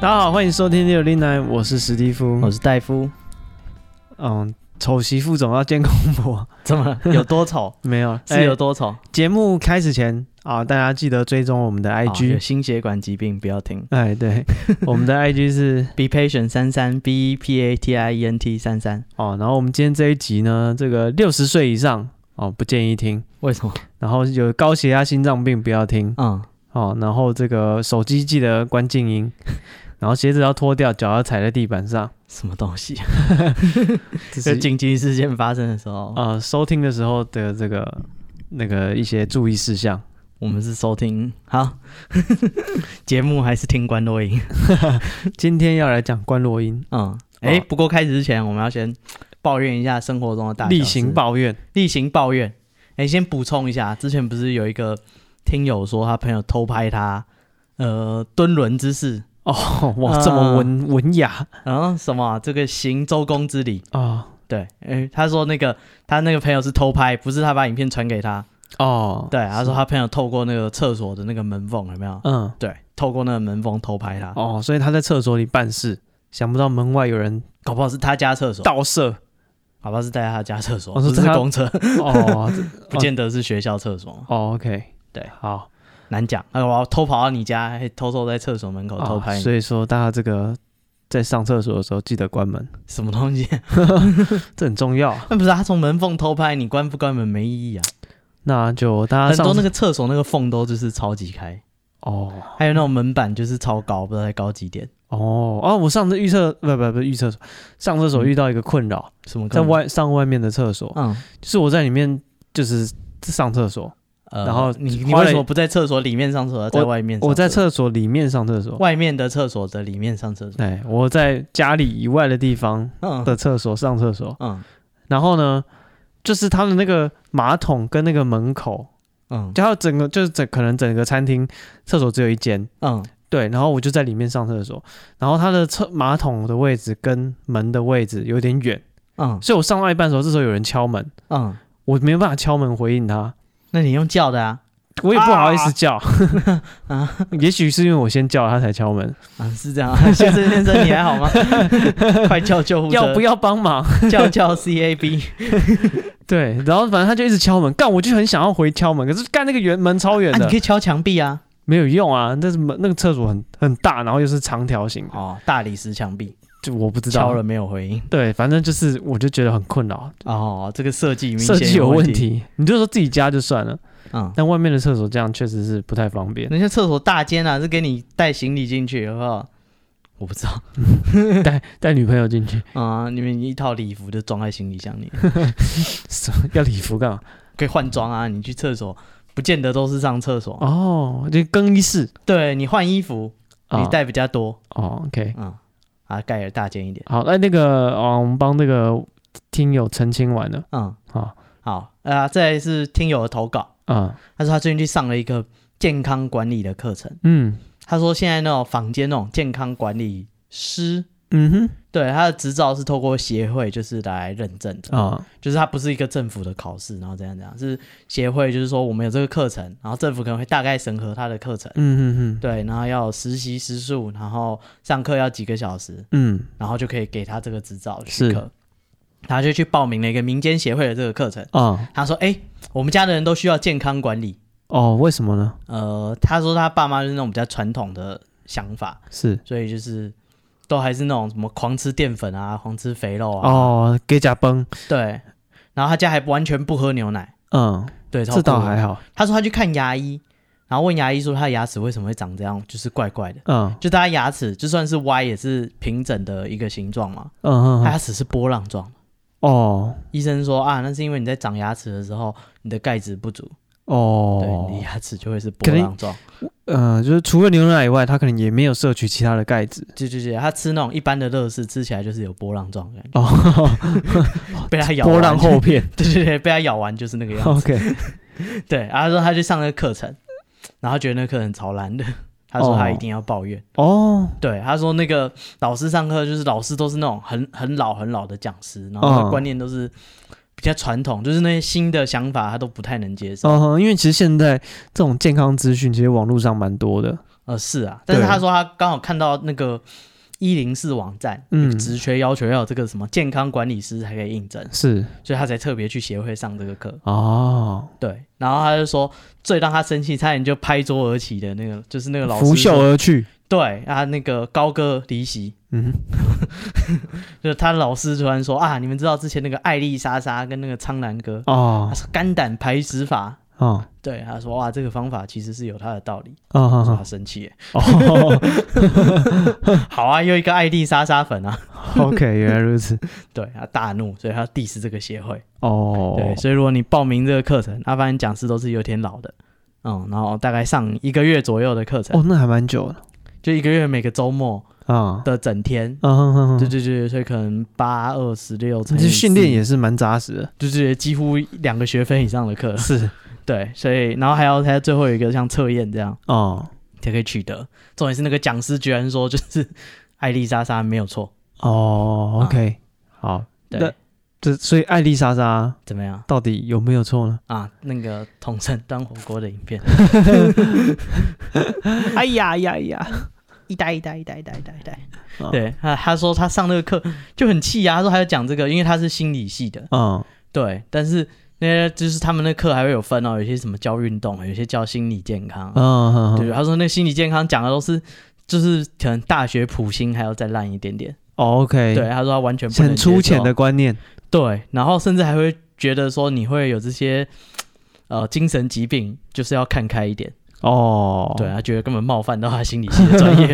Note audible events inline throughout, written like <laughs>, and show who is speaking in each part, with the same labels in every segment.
Speaker 1: 大家好，欢迎收听六零男，我是史蒂
Speaker 2: 我
Speaker 1: 夫。
Speaker 2: 是戴夫，
Speaker 1: 嗯，丑媳妇总要见公婆， <laughs>
Speaker 2: 怎么 <laughs> 有多丑？
Speaker 1: 没有？
Speaker 2: 是有
Speaker 1: 哎
Speaker 2: 多丑
Speaker 1: 节目开始前啊，大家记得追踪我们的
Speaker 2: 哦有
Speaker 1: IG。
Speaker 2: 心血管疾病不要听。
Speaker 1: 哎，对，我们的 IG 是
Speaker 2: <laughs> Be patient 三三 B E P A T I E N T 三三，
Speaker 1: 哦，然后我们今天这一集呢，这个六十岁以上哦不建议听，
Speaker 2: 为什么？
Speaker 1: 然后有高血压、心脏病不要听
Speaker 2: 嗯，
Speaker 1: 哦，然后这个手机记得关静
Speaker 2: <laughs>
Speaker 1: 音，然后鞋子要脱掉，脚要踩在地板上。
Speaker 2: 什么东西？
Speaker 1: 这
Speaker 2: <laughs> 就是紧急事件发生的时候，
Speaker 1: 呃收听的时候的这个那个一些注意事项。
Speaker 2: 我们是收听好 <laughs> 节目还是听关洛音？
Speaker 1: 今天要来讲关洛音
Speaker 2: 嗯，哎，
Speaker 1: 哦
Speaker 2: 不过开始之前，我们要先抱怨一下生活中的大小事
Speaker 1: 例行抱怨，
Speaker 2: 例行抱怨。哎，先补充一下，之前不是有一个听友说他朋友偷拍他呃蹲轮姿势，
Speaker 1: 哦，哇，
Speaker 2: 呃
Speaker 1: 这么文、文雅
Speaker 2: 嗯，什么啊、这个行周公之礼？
Speaker 1: 哦
Speaker 2: 对，诶，他说那个他那个朋友是偷拍，不是他把影片传给他。
Speaker 1: 哦，
Speaker 2: 对，他说他朋友透过那个厕所的那个门缝，有没有？
Speaker 1: 嗯
Speaker 2: 对，透过那个门缝偷拍他。
Speaker 1: 哦，所以他在厕所里办事，想不到门外有人
Speaker 2: 搞不好是他家厕所，
Speaker 1: 倒射，
Speaker 2: <laughs> 搞不好是在他家厕所，
Speaker 1: 哦
Speaker 2: 不
Speaker 1: 是
Speaker 2: 是
Speaker 1: 他
Speaker 2: 公厕，
Speaker 1: 哦这
Speaker 2: 不见得是学校厕所，
Speaker 1: 哦，OK，
Speaker 2: 对
Speaker 1: 好，
Speaker 2: 难讲。哎，我要偷跑到你家，还偷偷在厕所门口
Speaker 1: 哦
Speaker 2: 偷拍你，
Speaker 1: 所以说大家这个在上厕所的时候记得关门，
Speaker 2: 什么东西？ <laughs>
Speaker 1: 这很重要啊。
Speaker 2: 那不是他从门缝偷拍，你关不关门没意义啊。
Speaker 1: 那就大家
Speaker 2: 很
Speaker 1: 啊上
Speaker 2: 多那个厕所那个缝都就是超级开，
Speaker 1: 哦
Speaker 2: 还有那种门板就是超高，不知道在高几点。
Speaker 1: 哦哦，我上次预测不不不是预测上厕
Speaker 2: 嗯
Speaker 1: 所遇到一个困扰，
Speaker 2: 什么
Speaker 1: 在
Speaker 2: 跟
Speaker 1: 外上外面的厕所，
Speaker 2: 嗯，
Speaker 1: 就是我在里面就是上厕所。
Speaker 2: 呃
Speaker 1: 然后
Speaker 2: 你你
Speaker 1: 花了
Speaker 2: 为什么不在厕所里面上厕所，在外面上
Speaker 1: 我在厕所里面上厕所，
Speaker 2: 外面的厕所的里面上厕所？
Speaker 1: 对，我在家里以外的地方
Speaker 2: 嗯
Speaker 1: 的厕所上厕所。
Speaker 2: 嗯
Speaker 1: 然后呢，就是他的那个马桶跟那个门口，
Speaker 2: 嗯
Speaker 1: 就还有整个就是整可能整个餐厅厕所只有一间，
Speaker 2: 嗯
Speaker 1: 对，然后我就在里面上厕所。然后他的厕马桶的位置跟门的位置有点远，
Speaker 2: 嗯
Speaker 1: 所以我上到一半的时候，这时候有人敲门，
Speaker 2: 嗯，
Speaker 1: 我没办法敲门回应他。
Speaker 2: 那你用叫的啊？
Speaker 1: 我也不好意思叫，
Speaker 2: <laughs>
Speaker 1: 也许是因为我先叫他才敲门，
Speaker 2: 啊，是这
Speaker 1: <laughs>
Speaker 2: 样啊，先生先生，你还好吗？ <laughs> 快叫救护车！
Speaker 1: 要不要帮忙？
Speaker 2: 叫叫
Speaker 1: <laughs>
Speaker 2: CAB？
Speaker 1: 对，然后反正他就一直敲门，干我就很想要回敲门，可是干那个圆门超远
Speaker 2: 啊，
Speaker 1: 的，
Speaker 2: 你可以敲墙壁啊！
Speaker 1: 没有用啊。但是门那个厕所很很大，然后又是长条形的，
Speaker 2: 哦，大理石墙壁，
Speaker 1: 就我不知
Speaker 2: 敲
Speaker 1: 道
Speaker 2: 了。没有回应？
Speaker 1: 对，反正就是我就觉得很困扰，
Speaker 2: 哦，这个设计明显
Speaker 1: 设计有问
Speaker 2: 问。
Speaker 1: 题。你就说自己家就算了，
Speaker 2: 嗯，
Speaker 1: 但外面的厕所这样确实是不太方
Speaker 2: <laughs>
Speaker 1: 便。
Speaker 2: 人家厕所大间啊，是给你带行李进去，好不好？我不知
Speaker 1: <laughs>
Speaker 2: 道。
Speaker 1: 带带女朋友进去， <laughs>
Speaker 2: 啊、你们一套礼服就装在行李箱里，
Speaker 1: 什么要礼服干嘛？
Speaker 2: 可以换装啊。你去厕所，不见得都是上厕所。
Speaker 1: 哦，就更衣室。
Speaker 2: 对你换衣服，
Speaker 1: 啊
Speaker 2: 你带比较多。
Speaker 1: 哦，OK，
Speaker 2: 嗯，啊，盖尔大件一点。
Speaker 1: 好，那那个哦，我们帮那个听友澄清完了
Speaker 2: 嗯，
Speaker 1: 啊
Speaker 2: 好，啊，再来是听友的投稿，
Speaker 1: 啊，
Speaker 2: 他说他最近去上了一个健康管理的课程。
Speaker 1: 嗯
Speaker 2: 他说现在那种坊间那种健康管理师，
Speaker 1: 嗯
Speaker 2: 对他的执照是透过协会就是来认证的
Speaker 1: 哼，啊
Speaker 2: 就是它不是一个政府的考试，然后怎样怎样，是协会就是说我们有这个课程，然后政府可能会大概审核他的课程。
Speaker 1: 嗯嗯嗯
Speaker 2: 对，然后要有实习时数，然后上课要几个小时，
Speaker 1: 嗯
Speaker 2: 然后就可以给他这个执照许
Speaker 1: 是
Speaker 2: 可。他就去报名了一个民间协会的这个课程。
Speaker 1: 啊。
Speaker 2: 他说：“哎，我们家的人都需要健康管理。
Speaker 1: 哦，为什么呢？”
Speaker 2: 呃，他说他爸妈是那种比较传统的想法，
Speaker 1: 是
Speaker 2: 所以就是都还是那种什么狂吃淀粉啊，狂吃肥肉啊。
Speaker 1: 哦，给甲崩，
Speaker 2: 对，然后他家还完全不喝牛奶。
Speaker 1: 嗯，
Speaker 2: 对，超
Speaker 1: 这倒
Speaker 2: 酷的
Speaker 1: 还好，
Speaker 2: 他说他去看牙医，然后问牙医说他的牙齿为什么会长这样，就是怪怪的。
Speaker 1: 嗯
Speaker 2: 就他牙齿就算是歪也是平整的一个形状嘛，
Speaker 1: 嗯嗯，
Speaker 2: 他
Speaker 1: 嗯
Speaker 2: 牙齿是波浪状的。
Speaker 1: 哦
Speaker 2: 医生说啊，那是因为你在长牙齿的时候，你的钙质不足，对，你的
Speaker 1: 哦，
Speaker 2: 牙齿就会是波浪状。
Speaker 1: 嗯，就是除了牛奶以外，他可能也没有摄取其他的钙质。
Speaker 2: 对对对，他吃那种一般的乐事，吃起来就是有波浪状的感
Speaker 1: 哦，
Speaker 2: 觉，被他咬完
Speaker 1: 波浪后，片
Speaker 2: <laughs>
Speaker 1: 哦
Speaker 2: 对对对，被他咬完就是那个样子。
Speaker 1: ，OK，
Speaker 2: 对，然后他说他去上那个课程，然后觉得那个课程超烂的，他说他
Speaker 1: 哦
Speaker 2: 一定要抱怨。
Speaker 1: 哦，
Speaker 2: 对，他说那个老师上课就是老师都是那种很很老很老的讲师，然后他的
Speaker 1: 嗯
Speaker 2: 观念都是比较传统，就是那些新的
Speaker 1: 哦
Speaker 2: 想法他都不太能接受。
Speaker 1: 哦，因为其实现在这种健康资讯，其实网络上蛮多的，
Speaker 2: 呃，是啊，但是
Speaker 1: 对
Speaker 2: 他说他刚好看到那个一零四网站，
Speaker 1: 嗯
Speaker 2: 嗯，职缺要求要有这个什么健康管理师才可以应征，
Speaker 1: 是
Speaker 2: 所以他才特别去协会上这个课。
Speaker 1: 哦，
Speaker 2: 对，然后他就说最让他生气，差点就拍桌而起的那个，就是那个老师
Speaker 1: 拂袖
Speaker 2: 说
Speaker 1: 而去。
Speaker 2: 对啊，那个高歌离席，
Speaker 1: 嗯，
Speaker 2: <laughs> 就是他老师突然说啊，你们知道之前那个艾丽莎莎跟那个苍兰哥，他
Speaker 1: 哦
Speaker 2: 是肝胆排石法。
Speaker 1: 哦
Speaker 2: 对，他说哇，这个方法其实是有它的道理，
Speaker 1: 哦
Speaker 2: 我说他
Speaker 1: 哦
Speaker 2: 生气耶。 <laughs>
Speaker 1: 哦
Speaker 2: 好啊，又一个艾丽莎莎粉啊， <laughs>
Speaker 1: ，OK，原来如此。
Speaker 2: 对他大怒，所以他 diss 这个协会。
Speaker 1: 哦，
Speaker 2: 对，所以如果你报名这个课程，阿发现讲师都是有点老的，嗯，然后大概上一个月左右的课程，
Speaker 1: 哦，那还蛮久的
Speaker 2: 就一个月每个周末
Speaker 1: 啊。
Speaker 2: 的整天。
Speaker 1: 嗯哼哼
Speaker 2: 对
Speaker 1: 哼，
Speaker 2: 对对，所以可能八二十六乘以
Speaker 1: 这训练
Speaker 2: 四，
Speaker 1: 也是蛮扎实的。
Speaker 2: 对对，对几乎两个学分以上的课。
Speaker 1: 是
Speaker 2: <laughs> 对，所以然后还要还有最后有一个像测验这样
Speaker 1: 哦
Speaker 2: 才可以取得。重点是那个讲师居然说就是艾丽莎莎没有错，啊
Speaker 1: 哦，OK，好，那
Speaker 2: 对，
Speaker 1: 这所以艾丽莎莎
Speaker 2: 怎么样
Speaker 1: 到底有没有错呢？
Speaker 2: 啊？那个统神端火锅的影片， <laughs> 哎呀哎呀哎呀，一呆一呆一呆一呆一呆一呆。
Speaker 1: 啊
Speaker 2: <laughs> 对，他哦他说他上那个课就很气啊，他说还要讲这个，因为他是心理系的，
Speaker 1: 嗯
Speaker 2: 对，但是那些就是他们那课还会有分哦，有些什么教运动，有些教心理健康，
Speaker 1: 嗯哼
Speaker 2: 对，
Speaker 1: 哼，
Speaker 2: 他说那心理健康讲的都是就是可能大学普心还要再烂一点点，
Speaker 1: 哦，OK，
Speaker 2: 对，，他说他完全不能
Speaker 1: 很粗
Speaker 2: 接受
Speaker 1: 浅的，观念。
Speaker 2: 对，然后甚至还会觉得说你会有这些。呃，精神疾病就是要看开一点，
Speaker 1: 哦，
Speaker 2: 对，他觉得根本冒犯到他心理系的专业。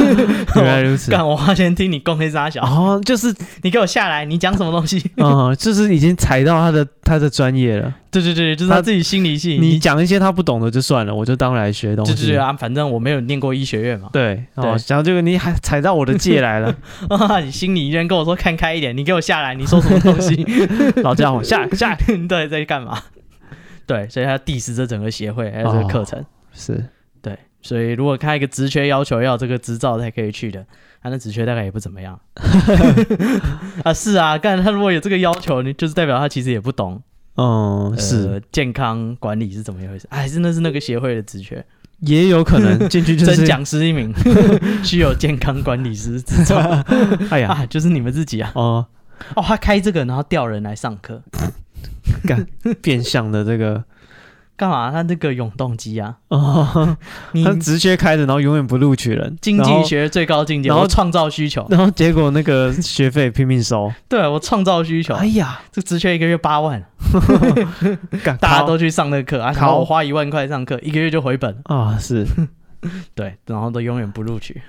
Speaker 1: <laughs> 原来如
Speaker 2: <laughs>
Speaker 1: 此。
Speaker 2: 干，我花钱听你公黑傻小，
Speaker 1: 哦，就是，
Speaker 2: 你给我下来，你讲什么东
Speaker 1: <laughs>
Speaker 2: 西？
Speaker 1: 嗯，就是已经踩到他的他的专业了。
Speaker 2: 对对对，就是
Speaker 1: 他
Speaker 2: 他自己心理系。
Speaker 1: 你讲一些他不懂的就算了，我就当来学东西。
Speaker 2: 对对对啊，反正我没有念过医学院嘛。
Speaker 1: 对，哦，
Speaker 2: 对
Speaker 1: 然后这个你还踩到我的界来
Speaker 2: <laughs>
Speaker 1: 了，
Speaker 2: 啊，你心理医院跟我说看开一点，你给我下来，你说什么东西？
Speaker 1: <laughs> 老家伙，下来下来。
Speaker 2: <laughs> 对，在干嘛？ <laughs> 对，所以他 diss 这整个协会还有这个课程。
Speaker 1: 是，
Speaker 2: 对，所以如果看一个职缺要求要有这个执照才可以去的，他、那职缺大概也不怎么
Speaker 1: <laughs>
Speaker 2: 样。啊，是啊，干他如果有这个要求，你就是代表他其实也不懂，
Speaker 1: 嗯，
Speaker 2: 呃
Speaker 1: 是，
Speaker 2: 健康管理是怎么一回事？哎，真的是那个协会的职缺，
Speaker 1: 也有可能进去
Speaker 2: <laughs>
Speaker 1: 就
Speaker 2: 真
Speaker 1: 是，
Speaker 2: 讲师一
Speaker 1: <laughs>
Speaker 2: 名，需有健康管理师执照
Speaker 1: 哎呀，
Speaker 2: 啊，就是你们自己啊。
Speaker 1: 哦，
Speaker 2: 哦，他开这个，然后调人来上课，
Speaker 1: 变相的这个，
Speaker 2: 干嘛？他那个永动机啊， <laughs>
Speaker 1: 哦，
Speaker 2: 你
Speaker 1: 他直接开着，然后永远不录取人，
Speaker 2: 嗯经
Speaker 1: 然
Speaker 2: 济
Speaker 1: 后，
Speaker 2: 学最高境界，
Speaker 1: 然后
Speaker 2: 我创造需求，
Speaker 1: 然后结果那个学费拼命收，
Speaker 2: 对我创造需求，
Speaker 1: 哎呀，
Speaker 2: 这职缺一个月八万，
Speaker 1: 干
Speaker 2: 大家都去上那个课啊，
Speaker 1: 靠
Speaker 2: 然后我花一万块上课，一个月就回本，
Speaker 1: 啊是，
Speaker 2: 对，然后都永远不录
Speaker 1: <laughs>
Speaker 2: 取，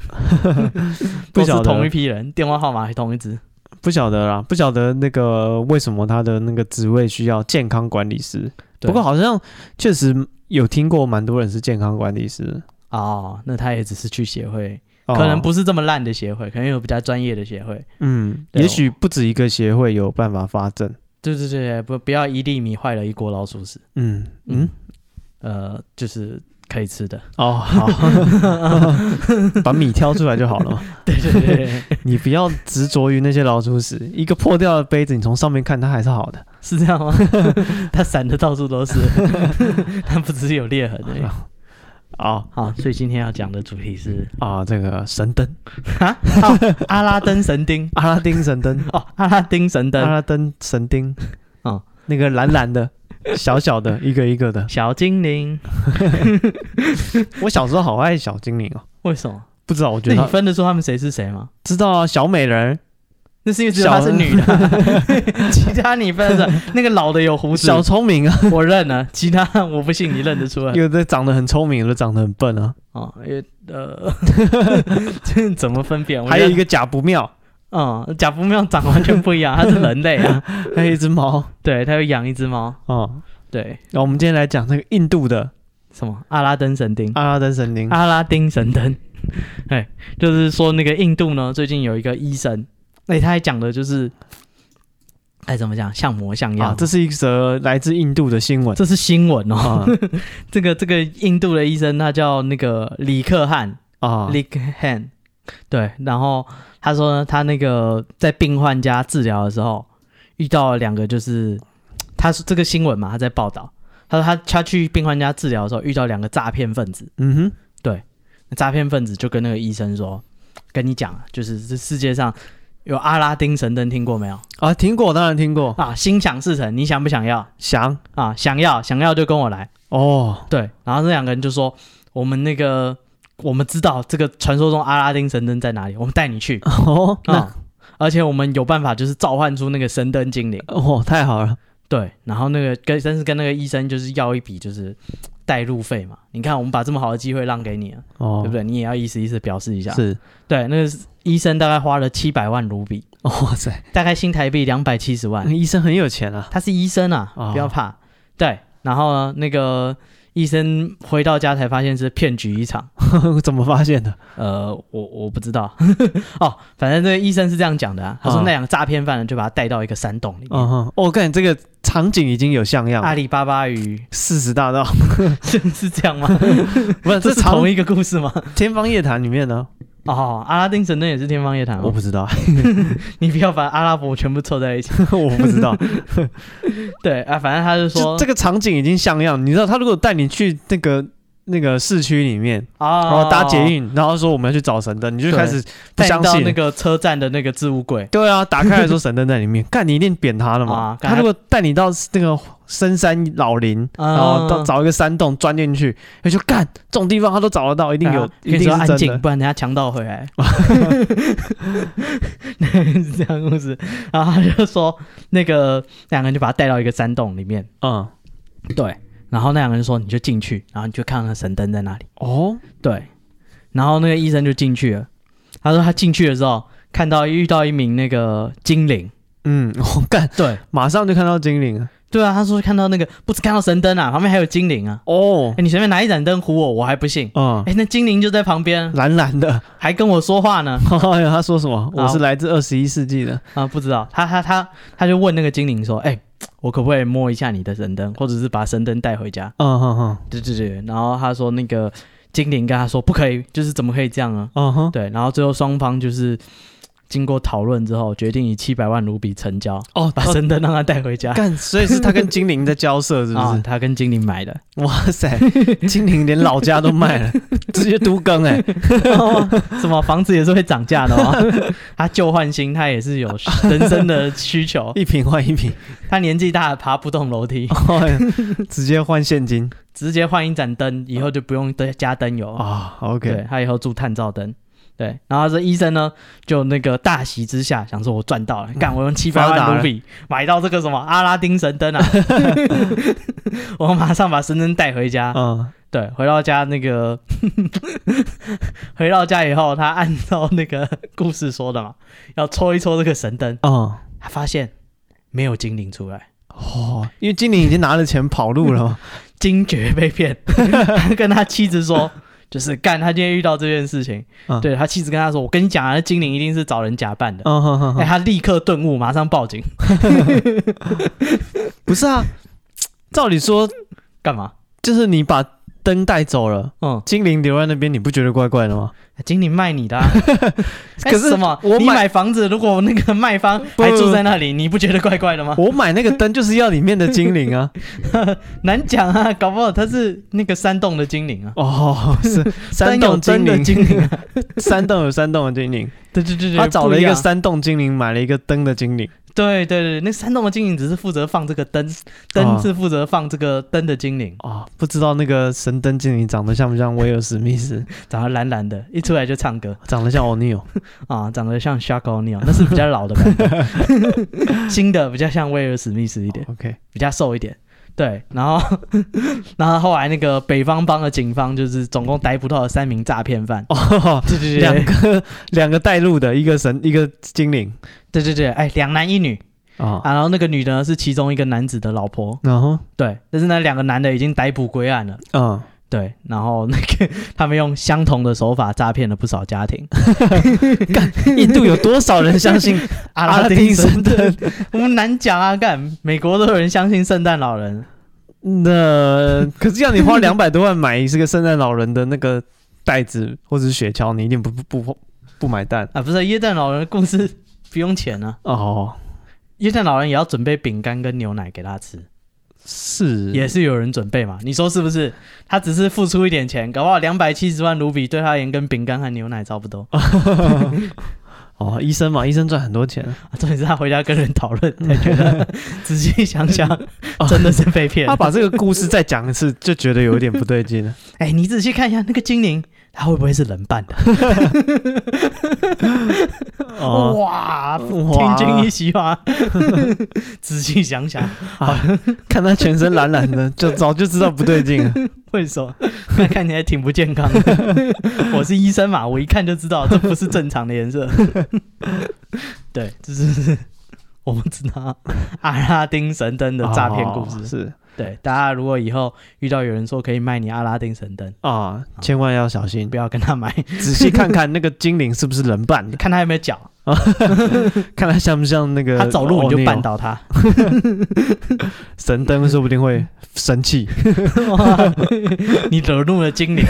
Speaker 1: 不
Speaker 2: 都
Speaker 1: 晓得
Speaker 2: 是同一批人，电话号码还同一支，
Speaker 1: 不晓得啦，不晓得那个为什么他的那个职位需要健康管理师，
Speaker 2: 对
Speaker 1: 不过好像确实有听过蛮多人是健康管理师，
Speaker 2: 哦，那他也只是去协会，
Speaker 1: 哦
Speaker 2: 可能不是这么烂的协会，可能有比较专业的协会，
Speaker 1: 嗯，
Speaker 2: 对哦
Speaker 1: 也许不止一个协会有办法发证。
Speaker 2: 对对对，不不要一粒米坏了一锅老鼠屎，
Speaker 1: 嗯嗯，
Speaker 2: 呃，就是可以吃
Speaker 1: <laughs>
Speaker 2: 的，
Speaker 1: 哦，好，把米挑出来就好了嘛。
Speaker 2: 对对对对。
Speaker 1: 你不要执着于那些老鼠屎，一个破掉的杯子，你从上面看它还是好的。
Speaker 2: 是这样
Speaker 1: <laughs>
Speaker 2: 吗？它散的到处都是，它不只是有裂痕而已。
Speaker 1: 啊
Speaker 2: 好，所以今天要讲的主题是
Speaker 1: 啊，这个神灯，
Speaker 2: <laughs> 啊、哦阿拉丁神灯
Speaker 1: <laughs> 阿拉丁神灯，
Speaker 2: 哦，阿拉丁神
Speaker 1: 阿
Speaker 2: 灯，
Speaker 1: 拉丁啊神丁，
Speaker 2: 哦
Speaker 1: 那个蓝蓝的，小小的，一个一个的。
Speaker 2: 小精灵，
Speaker 1: <laughs> 我小时候好爱小精灵哦，
Speaker 2: 为什么？
Speaker 1: 不知道，我觉
Speaker 2: 那
Speaker 1: 得
Speaker 2: 你
Speaker 1: 它
Speaker 2: 分得出他们谁是谁吗？
Speaker 1: 知道啊，小美人儿、
Speaker 2: 那是因为只有她是女 <laughs> 的，其他你分得出来。那个老的有胡子，
Speaker 1: 小聪明 <laughs> 啊，
Speaker 2: 我认了，其他 <laughs> 我不信你认得出来。
Speaker 1: 有的长得很聪明，有的长得很笨啊，
Speaker 2: 哦，因为呃， <laughs> 这怎么分辨？我觉
Speaker 1: 还
Speaker 2: 得
Speaker 1: 有一个假不妙，
Speaker 2: 嗯，贾不妙长完全不一样，他是人类 <laughs> 啊，
Speaker 1: <laughs> 还有一只猫
Speaker 2: 对，他有养一只猫，
Speaker 1: <laughs> 哦。
Speaker 2: 对，
Speaker 1: 然后我们今天来讲那个印度的
Speaker 2: 什么阿拉丁神灯，
Speaker 1: 阿拉丁神灵，
Speaker 2: 阿拉丁神灯， <laughs> 哎，就是说那个印度呢，最近有一个医生，哎、他还讲的就是，哎，怎么讲，像模像样。
Speaker 1: 啊，这是一则来自印度的新闻
Speaker 2: 这是新闻哦，
Speaker 1: 啊
Speaker 2: <laughs> 这个这个印度的医生他叫那个李克汉，
Speaker 1: <laughs> 啊，
Speaker 2: 李克汉，对，然后他说呢，他那个在病患家治疗的时候遇到了两个，就是他是这个新闻嘛，他在报道，他说他他去病患家治疗的时候遇到两个诈骗分子，
Speaker 1: 嗯哼，
Speaker 2: 诈骗分子就跟那个医生说：“跟你讲啊，就是这世界上有阿拉丁神灯，听过没有
Speaker 1: 啊，听过，当然听过，
Speaker 2: 啊？心想事成，你想不想要
Speaker 1: 想
Speaker 2: 啊？想要，想要就跟我来。
Speaker 1: 哦，
Speaker 2: 对，然后这两个人就说：我们那个，我们知道这个传说中阿拉丁神灯在哪里，我们带你去
Speaker 1: <laughs> 哦，那
Speaker 2: 啊。而且我们有办法，就是召唤出那个神灯精灵。
Speaker 1: 哦，太好了，
Speaker 2: 对，然后那个跟但是跟那个医生就是要一笔就是带路费嘛。你看，我们把这么好的机会让给你了，
Speaker 1: 哦，
Speaker 2: 对不对？你也要意思意思表示一下。 <laughs>
Speaker 1: 是，
Speaker 2: 对，那个医生大概花了七百万卢比，
Speaker 1: 哦哇塞，
Speaker 2: 大概新台币两百七十
Speaker 1: 那
Speaker 2: 万。
Speaker 1: 医生很有钱啊， <laughs>
Speaker 2: 他是医生啊，
Speaker 1: 哦
Speaker 2: 不要怕。对，然后呢，那个医生回到家才发现是骗局一场。
Speaker 1: 怎么发现的？
Speaker 2: 呃，我我不知道 <laughs> 哦，反正那个医生是这样讲的啊，他说
Speaker 1: 哦
Speaker 2: 那两个诈骗犯呢就把他带到一个山洞里面。
Speaker 1: 嗯哼，我看这个场景已经有像样
Speaker 2: 阿
Speaker 1: 了，
Speaker 2: 里巴巴与
Speaker 1: 四十
Speaker 2: <laughs>
Speaker 1: 大盗，
Speaker 2: 是是这
Speaker 1: <laughs>
Speaker 2: 样吗？
Speaker 1: 不是，
Speaker 2: 这是
Speaker 1: 长
Speaker 2: 同一个故事吗？
Speaker 1: 天方夜谭里面呢？
Speaker 2: 哦，阿拉丁神灯也是天方夜谭
Speaker 1: 我
Speaker 2: 吗？
Speaker 1: 不知道， <laughs>
Speaker 2: 你不要把阿拉伯全部凑在一起。
Speaker 1: 我不知道，
Speaker 2: 对啊，反正他就 <laughs> 说
Speaker 1: 就这个场景已经像样，你知道他如果带你去那个那个市区里面，然
Speaker 2: 啊
Speaker 1: 后哦搭捷运，然后说我们要去找神灯，你就开始不
Speaker 2: 带
Speaker 1: 相
Speaker 2: 到
Speaker 1: 信
Speaker 2: 那。个车站的那个置物柜。
Speaker 1: 对啊，打开来说神灯在里
Speaker 2: <laughs>
Speaker 1: 面，干你一定扁他了
Speaker 2: 啊
Speaker 1: 嘛。
Speaker 2: 干
Speaker 1: 他
Speaker 2: 他
Speaker 1: 如果带你到那个深山老林，
Speaker 2: 啊
Speaker 1: 然后哦到找一个山洞钻进去，他就干这种地方他都找得到，一定有，
Speaker 2: 啊可以
Speaker 1: 一
Speaker 2: 说
Speaker 1: 定
Speaker 2: 安
Speaker 1: 是真
Speaker 2: 静，
Speaker 1: 的。
Speaker 2: 不然等下强盗
Speaker 1: <laughs>
Speaker 2: 回来。 <laughs> 是这样的故事，然后他就说那个两个人就把他带到一个山洞里面，
Speaker 1: 嗯，
Speaker 2: 对，然后那两个人说你就进去，然后你就看看神灯在哪里，
Speaker 1: 哦，
Speaker 2: 对，然后那个医生就进去了，他说他进去的时候看到遇到一名那个精灵，
Speaker 1: 嗯， <laughs> 我、干，
Speaker 2: 对，
Speaker 1: 马上就看到精灵了。
Speaker 2: 对啊，他说看到那个不止看到神灯啊，旁边还有精灵啊，
Speaker 1: 哦
Speaker 2: 哎，，你随便拿一盏灯唬我，我还不信，
Speaker 1: 嗯，
Speaker 2: 哎，那精灵就在旁边，
Speaker 1: 蓝蓝的。 <laughs>
Speaker 2: 还跟我说话呢。
Speaker 1: 哎呀，他说什么？
Speaker 2: 好
Speaker 1: 我是来自二十一世纪的。
Speaker 2: 啊，不知道，他他他他就问那个精灵说：“哎、我可不可以摸一下你的神灯，或者是把神灯带回家
Speaker 1: 嗯哼哼，？”
Speaker 2: 对对对，然后他说那个精灵跟他说：“不可以，就是怎么可以这样啊
Speaker 1: 嗯哼？”，
Speaker 2: 对，然后最后双方就是经过讨论之后，决定以七百万卢比成交，
Speaker 1: 哦，
Speaker 2: 把神灯让他带回家。
Speaker 1: 干，所以是他跟精灵在交涉，是不
Speaker 2: <laughs> 啊，
Speaker 1: 是？
Speaker 2: 他跟精灵
Speaker 1: <laughs>
Speaker 2: 买的，
Speaker 1: 哇塞，精灵连老家都卖了， <laughs> 直接都更哎、
Speaker 2: 什么房子也是会涨价的哦。 <laughs> 他旧换新，他也是有 <laughs> 人生的需求。
Speaker 1: 一瓶换一瓶， <laughs> 哦哎
Speaker 2: 他年纪大了，爬不动楼梯，
Speaker 1: 直接换现金
Speaker 2: 直接换一盏灯，以后就不用再加灯油
Speaker 1: 啊、o
Speaker 2: 哦对
Speaker 1: k
Speaker 2: 他以后住探照灯。对，然后这医生呢，就那个大喜之下，想说我赚到了，干，我用七百
Speaker 1: 嗯发达
Speaker 2: 万
Speaker 1: 了
Speaker 2: 卢比买到这个什么阿拉丁
Speaker 1: <laughs>
Speaker 2: 神灯啊，我马上把神灯带回家。
Speaker 1: 嗯，
Speaker 2: 对，回到家那个， <laughs> 回到家以后，他按照那个故事说的嘛，要抽一抽这个神灯，
Speaker 1: 哦、
Speaker 2: 他发现没有精灵出来，
Speaker 1: 哦，因为精灵已经拿了钱跑路了嘛，
Speaker 2: 惊觉被骗，
Speaker 1: <laughs>
Speaker 2: 他跟他妻子说。就是干，他今天遇到这件事情，
Speaker 1: 嗯
Speaker 2: 对他妻子跟他说：“我跟你讲啊，那精灵一定是找人假扮
Speaker 1: <laughs>
Speaker 2: 的。
Speaker 1: 嗯哼哼
Speaker 2: 哎、
Speaker 1: 哼，
Speaker 2: 他立刻顿悟，马上报警，
Speaker 1: 不是啊，照理说
Speaker 2: 干嘛？
Speaker 1: 就是你把灯带走了，
Speaker 2: 嗯，
Speaker 1: 精灵留在那边，你不觉得怪怪的吗？
Speaker 2: 经理卖你的、啊，
Speaker 1: <laughs>
Speaker 2: 哎
Speaker 1: 可是
Speaker 2: 什么？
Speaker 1: 我
Speaker 2: 你
Speaker 1: 买
Speaker 2: 买房子，如果那个卖方还住在那里，你不觉得怪怪的吗？ <laughs>
Speaker 1: 我买那个灯就是要里面的精灵 <laughs> 啊，
Speaker 2: 难讲啊，搞不好他是那个山洞的精灵啊，
Speaker 1: 哦，是山
Speaker 2: 有
Speaker 1: 洞精
Speaker 2: 真的
Speaker 1: 灵，
Speaker 2: 精灵
Speaker 1: <laughs>
Speaker 2: 啊，
Speaker 1: 山洞有山洞的精灵，
Speaker 2: 对对对对，
Speaker 1: 他找
Speaker 2: 不
Speaker 1: 了一个
Speaker 2: 样，
Speaker 1: 山洞精灵，买了一个灯的精灵，
Speaker 2: 对对对，那山洞的精灵只是负责放这个灯，灯
Speaker 1: 哦
Speaker 2: 是负责放这个灯的精灵，
Speaker 1: 哦，不知道那个神灯精灵长得像不像威尔史密斯， <laughs>
Speaker 2: 长得蓝蓝的，一出来就唱歌
Speaker 1: 长得像欧尼尔。
Speaker 2: 啊，长得像 Shark O'Neal，那是比较老的版本，新的比较像威尔史密斯一点。
Speaker 1: OK，
Speaker 2: 比较瘦一点。对，然后， <laughs> 然后后来那个北方帮的警方就是总共逮捕到了三名诈骗犯。
Speaker 1: 哦，
Speaker 2: 对对
Speaker 1: 两
Speaker 2: 对
Speaker 1: 个两个带路的，一个神，一个精灵
Speaker 2: 对对对，哎，两男一女
Speaker 1: 啊、
Speaker 2: 啊，然后那个女的呢是其中一个男子的老婆，
Speaker 1: 然后，
Speaker 2: 对，但是那两个男的已经逮捕归案了。
Speaker 1: 嗯，
Speaker 2: 对，然后那个他们用相同的手法诈骗了不少家庭。
Speaker 1: <laughs> 印度有多少人相信
Speaker 2: 阿
Speaker 1: 拉丁神灯？
Speaker 2: 我们难讲啊，干，美国都有人相信圣诞老人，
Speaker 1: <laughs> 那可是要你 <laughs> 花两百多万买一个圣诞老人的那个袋子或者是雪橇，你一定不不不不买单
Speaker 2: 啊，不是耶诞老人的故事不用钱啊，
Speaker 1: 哦。嗯
Speaker 2: 耶诞老人也要准备饼干跟牛奶给他吃。
Speaker 1: 是
Speaker 2: 也是有人准备嘛？你说是不是？他只是付出一点钱，搞不好两百七十万卢比对他而言跟饼干和牛奶差不多。啊、
Speaker 1: <laughs> 哦，医生嘛，医生赚很多钱，
Speaker 2: 啊重点是他回家跟人讨
Speaker 1: <laughs>
Speaker 2: 论，才觉得仔细想想，
Speaker 1: 哦
Speaker 2: 真的是被骗
Speaker 1: 他。把这个故事再讲一次，就觉得有一点不对劲了。
Speaker 2: 哎、你仔细看一下那个精灵，他会不会是人扮的？
Speaker 1: <laughs> 哦，
Speaker 2: 哇，
Speaker 1: 哇
Speaker 2: 听君一席
Speaker 1: <laughs>
Speaker 2: 话，啊仔细想想，
Speaker 1: 啊看他全身蓝蓝 <laughs> 的，就早就知道不对劲了。
Speaker 2: 为什么？那看起来挺不健康的。
Speaker 1: <laughs>
Speaker 2: 我是医生嘛，我一看就知道这不是正常的颜
Speaker 1: <laughs>
Speaker 2: 色。对，这是我不知道阿拉丁神灯的诈骗故
Speaker 1: 哦
Speaker 2: 事。
Speaker 1: 是
Speaker 2: 对，大家如果以后遇到有人说可以卖你阿拉丁神灯，
Speaker 1: 啊，千万要小心
Speaker 2: 不，要跟他买，
Speaker 1: <laughs>
Speaker 2: <laughs>
Speaker 1: 仔细看看那个精灵是不是人扮的，
Speaker 2: 看他有没有脚，
Speaker 1: 看他像不像那个
Speaker 2: 他走路你就
Speaker 1: O'Neill
Speaker 2: 绊倒他。
Speaker 1: 神灯，说不定会生
Speaker 2: <laughs>
Speaker 1: 气。哦
Speaker 2: 哇 <laughs> 你惹怒了精灵。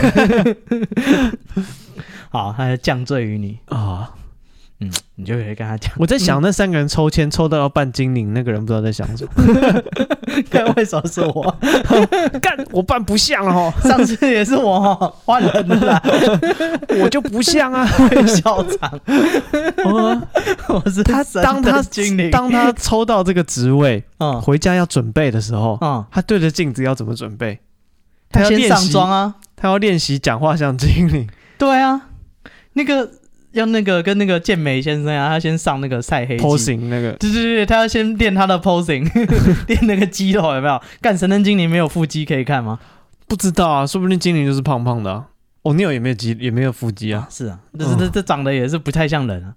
Speaker 2: 好，他就降罪于你，
Speaker 1: 啊！
Speaker 2: 嗯，你就可以跟他讲， <laughs>
Speaker 1: 我在想那三个人抽签抽到要扮精灵，那个人不知道在想什
Speaker 2: <laughs>
Speaker 1: 么。
Speaker 2: 该为什么是我？
Speaker 1: 干，我扮不像哦，
Speaker 2: <laughs> 上次也是我哦换人了啦，
Speaker 1: <laughs> 我就不像
Speaker 2: <laughs>
Speaker 1: 啊。
Speaker 2: 校长，哦我是
Speaker 1: 他
Speaker 2: 神
Speaker 1: 当
Speaker 2: 的
Speaker 1: 他
Speaker 2: 精
Speaker 1: <laughs>
Speaker 2: 灵，
Speaker 1: 当
Speaker 2: <laughs>
Speaker 1: 他哦抽到这个职位，
Speaker 2: 嗯
Speaker 1: 回家要准备的时候，
Speaker 2: 嗯，
Speaker 1: 他对着镜子要怎么准备？
Speaker 2: 他
Speaker 1: 要
Speaker 2: 先
Speaker 1: 练
Speaker 2: 上
Speaker 1: 习，
Speaker 2: 妆啊，
Speaker 1: 他要练习讲话像精
Speaker 2: <laughs>
Speaker 1: 灵。
Speaker 2: 对啊，那个要那个跟那个健美先生啊，他先上那个晒黑机。
Speaker 1: posing 那
Speaker 2: <laughs>
Speaker 1: 个
Speaker 2: 对对对，他要先练他的 posing，练 <laughs> 那个肌肉有没有？干神灯精灵没有腹肌可以看吗？
Speaker 1: 不知道啊，说不定精灵就是胖胖的、啊。哦，你有也没有肌也没有腹肌啊？
Speaker 2: 是啊，这这这长得也是不太像人啊，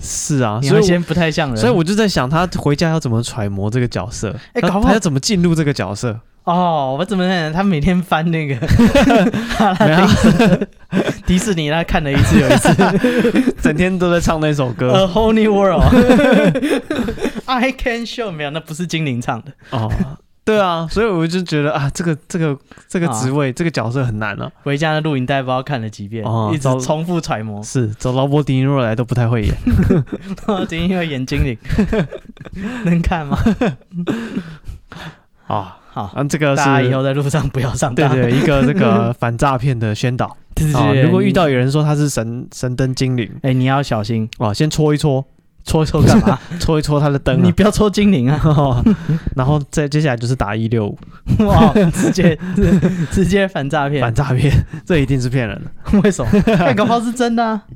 Speaker 1: 是啊，
Speaker 2: 你
Speaker 1: 所
Speaker 2: 要
Speaker 1: 以
Speaker 2: 先不太像
Speaker 1: 我
Speaker 2: 人，
Speaker 1: 所以我就呃在想，他回家要怎么揣摩这个角色？
Speaker 2: 哎
Speaker 1: 他
Speaker 2: 搞不好
Speaker 1: 他要怎么进入这个角
Speaker 2: <laughs>
Speaker 1: 色？
Speaker 2: 哦，我怎么想？他每天翻那个阿
Speaker 1: <laughs> 没有
Speaker 2: 拉丁神灯 <laughs> 迪士尼，他看了一次有一
Speaker 1: <laughs>
Speaker 2: 次。
Speaker 1: 整天都在唱那首歌
Speaker 2: 呃 whole new world 。I can show 没有，那不是精灵唱的。
Speaker 1: 哦。对啊，所以我就觉得啊，这个这个这个职位、这个角色很难啊。
Speaker 2: 回家的录影带不知道看了几遍，
Speaker 1: 哦
Speaker 2: 一直
Speaker 1: 糟
Speaker 2: 重复揣摩。 <laughs>
Speaker 1: 是找劳勃迪尼洛来都不太会演，
Speaker 2: 今天要演精灵， <laughs> 能看吗？
Speaker 1: 啊
Speaker 2: 好，
Speaker 1: 啊，这个
Speaker 2: 大家
Speaker 1: 是
Speaker 2: 以后在路上不要上
Speaker 1: 对
Speaker 2: 当。
Speaker 1: 对一个这
Speaker 2: <laughs>
Speaker 1: 个反诈骗的宣导
Speaker 2: 对 <laughs> 对
Speaker 1: 啊。
Speaker 2: 对
Speaker 1: 如果
Speaker 2: 你
Speaker 1: 遇到有人说他是神神灯精灵
Speaker 2: 哎，你要小心，
Speaker 1: 啊，先戳一戳，
Speaker 2: 戳一戳干 <laughs> 嘛？
Speaker 1: 戳一戳他的 <laughs> 灯、
Speaker 2: 你
Speaker 1: 啊，
Speaker 2: 不要戳精灵啊！ <laughs>
Speaker 1: <laughs> 然后再接下来就是打一六五
Speaker 2: 哇，直接直直接反诈
Speaker 1: 反
Speaker 2: 骗，
Speaker 1: 诈骗， <laughs> 这一定是骗人的、
Speaker 2: <laughs> 为什么？看哎搞不好是真的啊。 <laughs>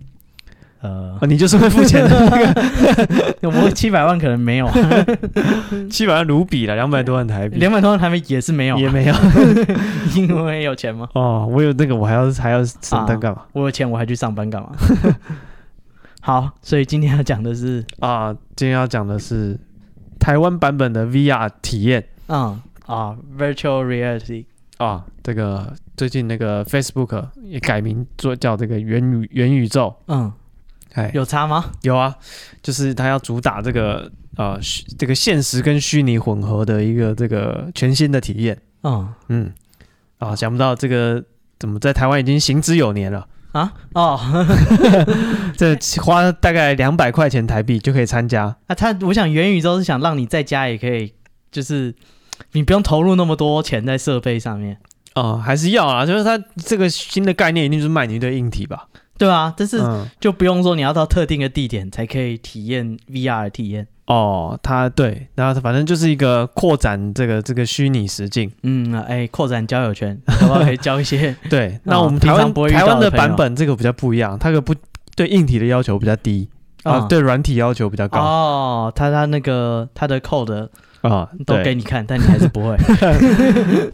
Speaker 2: 呃
Speaker 1: <laughs> 啊，你就是会付钱的那个
Speaker 2: 我七百万可能没有啊， <laughs>
Speaker 1: 七百万卢比了，两百多万台币
Speaker 2: 两百多万还没也是没有
Speaker 1: <laughs>
Speaker 2: 啊，
Speaker 1: 也没有
Speaker 2: 因为有钱吗？
Speaker 1: 哦，我有那个我还要还要神灯干嘛
Speaker 2: 我有钱我还去上班干嘛？ <laughs> 好，所以今天要讲的是，
Speaker 1: <laughs> 啊？今天要讲的是台湾版本的 VR 体验
Speaker 2: 嗯啊，virtual reality，
Speaker 1: 啊，这个最近那个 Facebook 也改名做叫这个元宇元宇宙。
Speaker 2: 嗯，
Speaker 1: 哎，
Speaker 2: 有差吗？
Speaker 1: 有啊，就是他要主打这个呃虚这个现实跟虚拟混合的一个这个全新的体验。
Speaker 2: 嗯
Speaker 1: 嗯，啊，想不到这个怎么在台湾已经行之有年了，
Speaker 2: 啊哦， <laughs>
Speaker 1: 这花大概两百块钱台币就可以参加。
Speaker 2: 那、啊他我想元宇宙是想让你在家也可以，就是你不用投入那么多钱在设备上面，
Speaker 1: 啊、还是要啊，就是它这个新的概念一定是卖你一堆硬体吧？
Speaker 2: 对啊，但是
Speaker 1: 嗯、
Speaker 2: 就不用说你要到特定的地点才可以体验 VR 的体验，
Speaker 1: 哦，它对，然后反正就是一个扩展这个这个虚拟实境。
Speaker 2: 嗯，哎，扩展交友
Speaker 1: <laughs>
Speaker 2: 圈，好不好？可以交一些
Speaker 1: 对，
Speaker 2: 啊
Speaker 1: 那我们
Speaker 2: 平
Speaker 1: 台
Speaker 2: 常
Speaker 1: 湾、
Speaker 2: 不会遇到
Speaker 1: 台湾
Speaker 2: 的
Speaker 1: 的
Speaker 2: 朋友
Speaker 1: 版本这个比较不一样，它个不对硬体的要求比较低啊、
Speaker 2: 嗯
Speaker 1: 对软体要求比较高。
Speaker 2: 哦，他他那个他的 code
Speaker 1: 啊，
Speaker 2: 都给
Speaker 1: 对
Speaker 2: 你看，但你还是不会，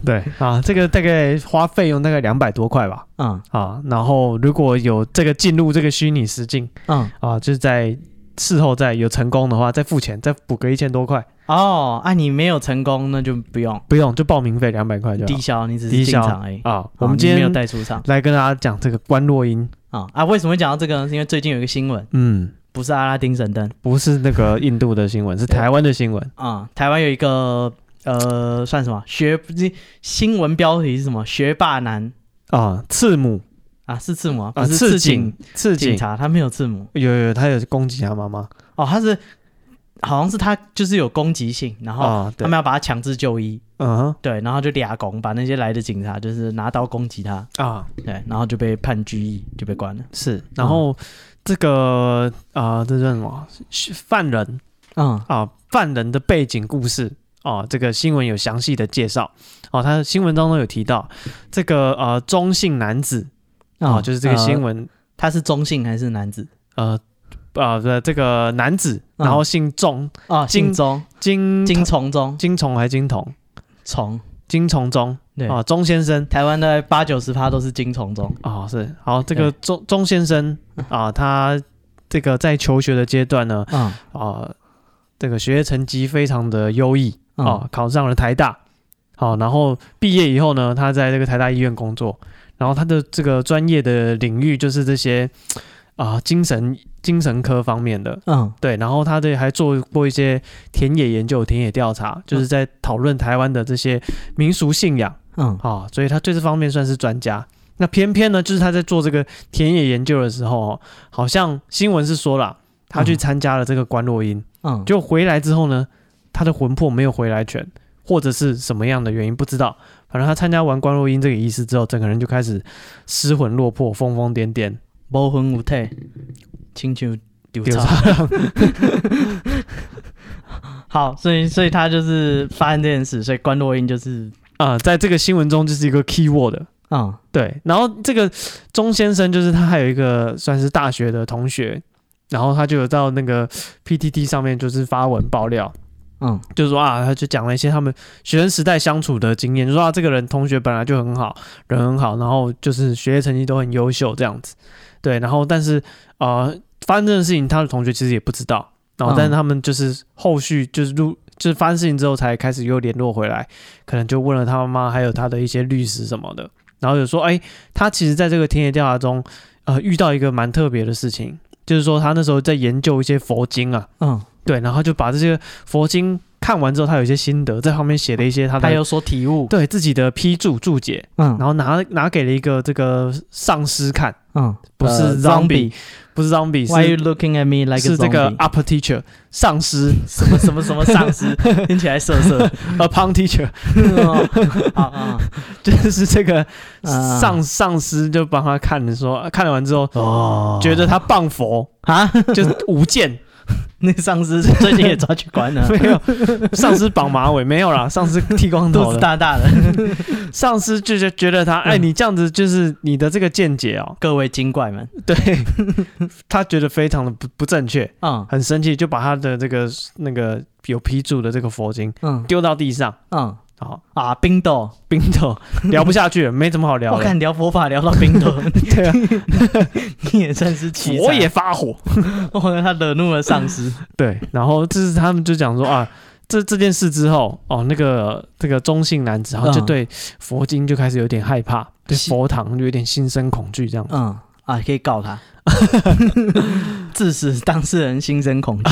Speaker 1: 对啊，这个大概花费用大概两百多块吧
Speaker 2: 嗯。
Speaker 1: 啊，然后如果有这个进入这个虚拟实境
Speaker 2: 嗯，
Speaker 1: 啊，就是在事后再有成功的话，再付钱再补个一千多块，
Speaker 2: 哦，啊，你没有成功，那就不用
Speaker 1: 不用就报名费两百块就
Speaker 2: 低
Speaker 1: 好
Speaker 2: 消，你只是
Speaker 1: 啊低
Speaker 2: 进
Speaker 1: 消
Speaker 2: 场而已。
Speaker 1: 啊。
Speaker 2: 好
Speaker 1: 我们
Speaker 2: 你
Speaker 1: 今
Speaker 2: 没有
Speaker 1: 天
Speaker 2: 带出场
Speaker 1: 来跟大家讲这个关洛音，
Speaker 2: 啊啊！为什么会讲到这个呢？是因为最近有一个新闻，
Speaker 1: 嗯，
Speaker 2: 不是阿拉丁神灯
Speaker 1: 不是那个印度的新闻，是
Speaker 2: 对
Speaker 1: 台湾的新闻
Speaker 2: 啊、台湾有一个呃，算什么学不是新闻标题是什么？学霸男
Speaker 1: 啊，赤母
Speaker 2: 啊，是字母啊，
Speaker 1: 啊，
Speaker 2: 不是刺
Speaker 1: 警
Speaker 2: 警
Speaker 1: 刺
Speaker 2: 警
Speaker 1: 警，
Speaker 2: 察，他没有字母
Speaker 1: 有有有，他有攻击他妈妈
Speaker 2: 哦，他是好像是他就是有攻击性，然后
Speaker 1: 啊，
Speaker 2: 他
Speaker 1: 对
Speaker 2: 们，要把他强制就医，
Speaker 1: 嗯
Speaker 2: 对，然后就俩拱，把那些来的警察就是拿刀攻击他，
Speaker 1: 哼啊，
Speaker 2: 对，然后就被判拘役，就被关了。
Speaker 1: 是，
Speaker 2: 嗯
Speaker 1: 然后这个啊，这叫什么？是犯人
Speaker 2: 嗯
Speaker 1: 啊，犯人的背景故事啊，这个新闻有详细的介绍。哦，他新闻当中有提到这个呃中性男子啊，就是这个新，
Speaker 2: 呃
Speaker 1: 闻
Speaker 2: 他是中性还是男子？
Speaker 1: 呃呃不是这个男子，然后姓钟，
Speaker 2: 哦，
Speaker 1: 金
Speaker 2: 金钟
Speaker 1: 金
Speaker 2: 啊金虫中
Speaker 1: 金虫还金童，
Speaker 2: 虫，
Speaker 1: 金虫钟
Speaker 2: 对，
Speaker 1: 啊，钟先生
Speaker 2: 台湾的八九十趴都是金虫中。
Speaker 1: 哦，是好，这个
Speaker 2: 对
Speaker 1: 钟钟先生啊，他这个在求学的阶段呢，
Speaker 2: 嗯
Speaker 1: 啊，这个学业成绩非常的优异
Speaker 2: 嗯
Speaker 1: 啊，考上了台大，好、然后毕业以后呢，他在这个台大医院工作，然后他的这个专业的领域就是这些啊、精神精神科方面的，
Speaker 2: 嗯
Speaker 1: 对，然后他这还做过一些田野研究、田野调查，就是在讨论台湾的这些民俗信仰。
Speaker 2: 嗯
Speaker 1: 啊、所以他对这方面算是专家。那偏偏呢，就是他在做这个田野研究的时候、哦，好像新闻是说啦，他去
Speaker 2: 嗯
Speaker 1: 参加了这个关洛音，
Speaker 2: 嗯，
Speaker 1: 就回来之后呢，他的魂魄没有回来全，或者是什么样的原因不知道。反正他参加完关洛音这个仪式之后，整个人就开始失魂落魄、疯疯癫癫。
Speaker 2: 无魂无体，亲像丢
Speaker 1: 丢
Speaker 2: 草。好，所以所以他就是发生这件事，所以关洛英就是
Speaker 1: <laughs> 啊、在这个新闻中就是一个 keyword。
Speaker 2: 嗯
Speaker 1: 对，然后这个钟先生就是他还有一个算是大学的同学，然后他就有到那个 PTT 上面就是发文爆料，
Speaker 2: 嗯
Speaker 1: 就是说啊，他就讲了一些他们学生时代相处的经验，就说啊，这个人同学本来就很好，人很好，然后就是学业成绩都很优秀这样子，对，然后但是呃，发生这件事情，他的同学其实也不知道，然后但是他呃们就是后续就是入。就是发生事情之后才开始又联络回来，可能就问了他妈妈，还有他的一些律师什么的，然后有说，哎、他其实在这个田野调查中，呃，遇到一个蛮特别的事情，就是说他那时候在研究一些佛经啊，
Speaker 2: 嗯，
Speaker 1: 对，然后就把这些佛经看完之后，他有一些心得，在旁边写了一些他的
Speaker 2: 嗯他有所体悟，
Speaker 1: 对自己的批注注解，
Speaker 2: 嗯
Speaker 1: 然后拿拿给了一个这个上司看，
Speaker 2: 嗯，
Speaker 1: 不是
Speaker 2: 呃
Speaker 1: zombie，不是 zombie，
Speaker 2: Why
Speaker 1: 是
Speaker 2: you looking at me like a
Speaker 1: 是这个
Speaker 2: zombie？
Speaker 1: upper teacher 上司
Speaker 2: 什么什么什么丧
Speaker 1: <laughs>
Speaker 2: 尸， <laughs> 听起来色色 <laughs> 的。
Speaker 1: upon 呃 teacher，
Speaker 2: 哦啊啊
Speaker 1: 就是这个
Speaker 2: 啊
Speaker 1: 上、上司就帮他看的说，看完之后
Speaker 2: 哦
Speaker 1: 觉得他谤
Speaker 2: <laughs>
Speaker 1: 佛，
Speaker 2: 啊，
Speaker 1: 就是无间。，
Speaker 2: 那个丧尸最近也抓去关 <laughs> 了
Speaker 1: 没有，上司绑马尾没有啦，上司剃光
Speaker 2: 肚
Speaker 1: 头
Speaker 2: 子
Speaker 1: 了。
Speaker 2: 大大的。 <laughs>
Speaker 1: 上司就觉觉得他，哎，
Speaker 2: 嗯
Speaker 1: 你这样子就是你的这个见解哦，
Speaker 2: 各位精怪们，
Speaker 1: 对他觉得非常的不不正确，
Speaker 2: 嗯
Speaker 1: 很生气，就把他的这个那个有批注的这个佛经
Speaker 2: 嗯
Speaker 1: 丢到地上，
Speaker 2: 嗯
Speaker 1: 好，
Speaker 2: 啊，冰豆，
Speaker 1: 冰
Speaker 2: <laughs>
Speaker 1: 头聊不下去了，没什么好聊
Speaker 2: 我
Speaker 1: 的。
Speaker 2: 看聊佛法聊到冰 <laughs> 豆，
Speaker 1: 对啊，
Speaker 2: 你也算是奇才。
Speaker 1: 我也发火。
Speaker 2: 哦，他惹怒了上司。
Speaker 1: 对，然后这是他们就讲说啊，这这件事之后，哦，那个这个中性男子，然后就
Speaker 2: 嗯
Speaker 1: 对佛经就开始有点害怕，对
Speaker 2: 是
Speaker 1: 佛堂就有点心生恐惧这样。
Speaker 2: 嗯啊，可以告 <laughs> 他，致使当事人心生恐惧。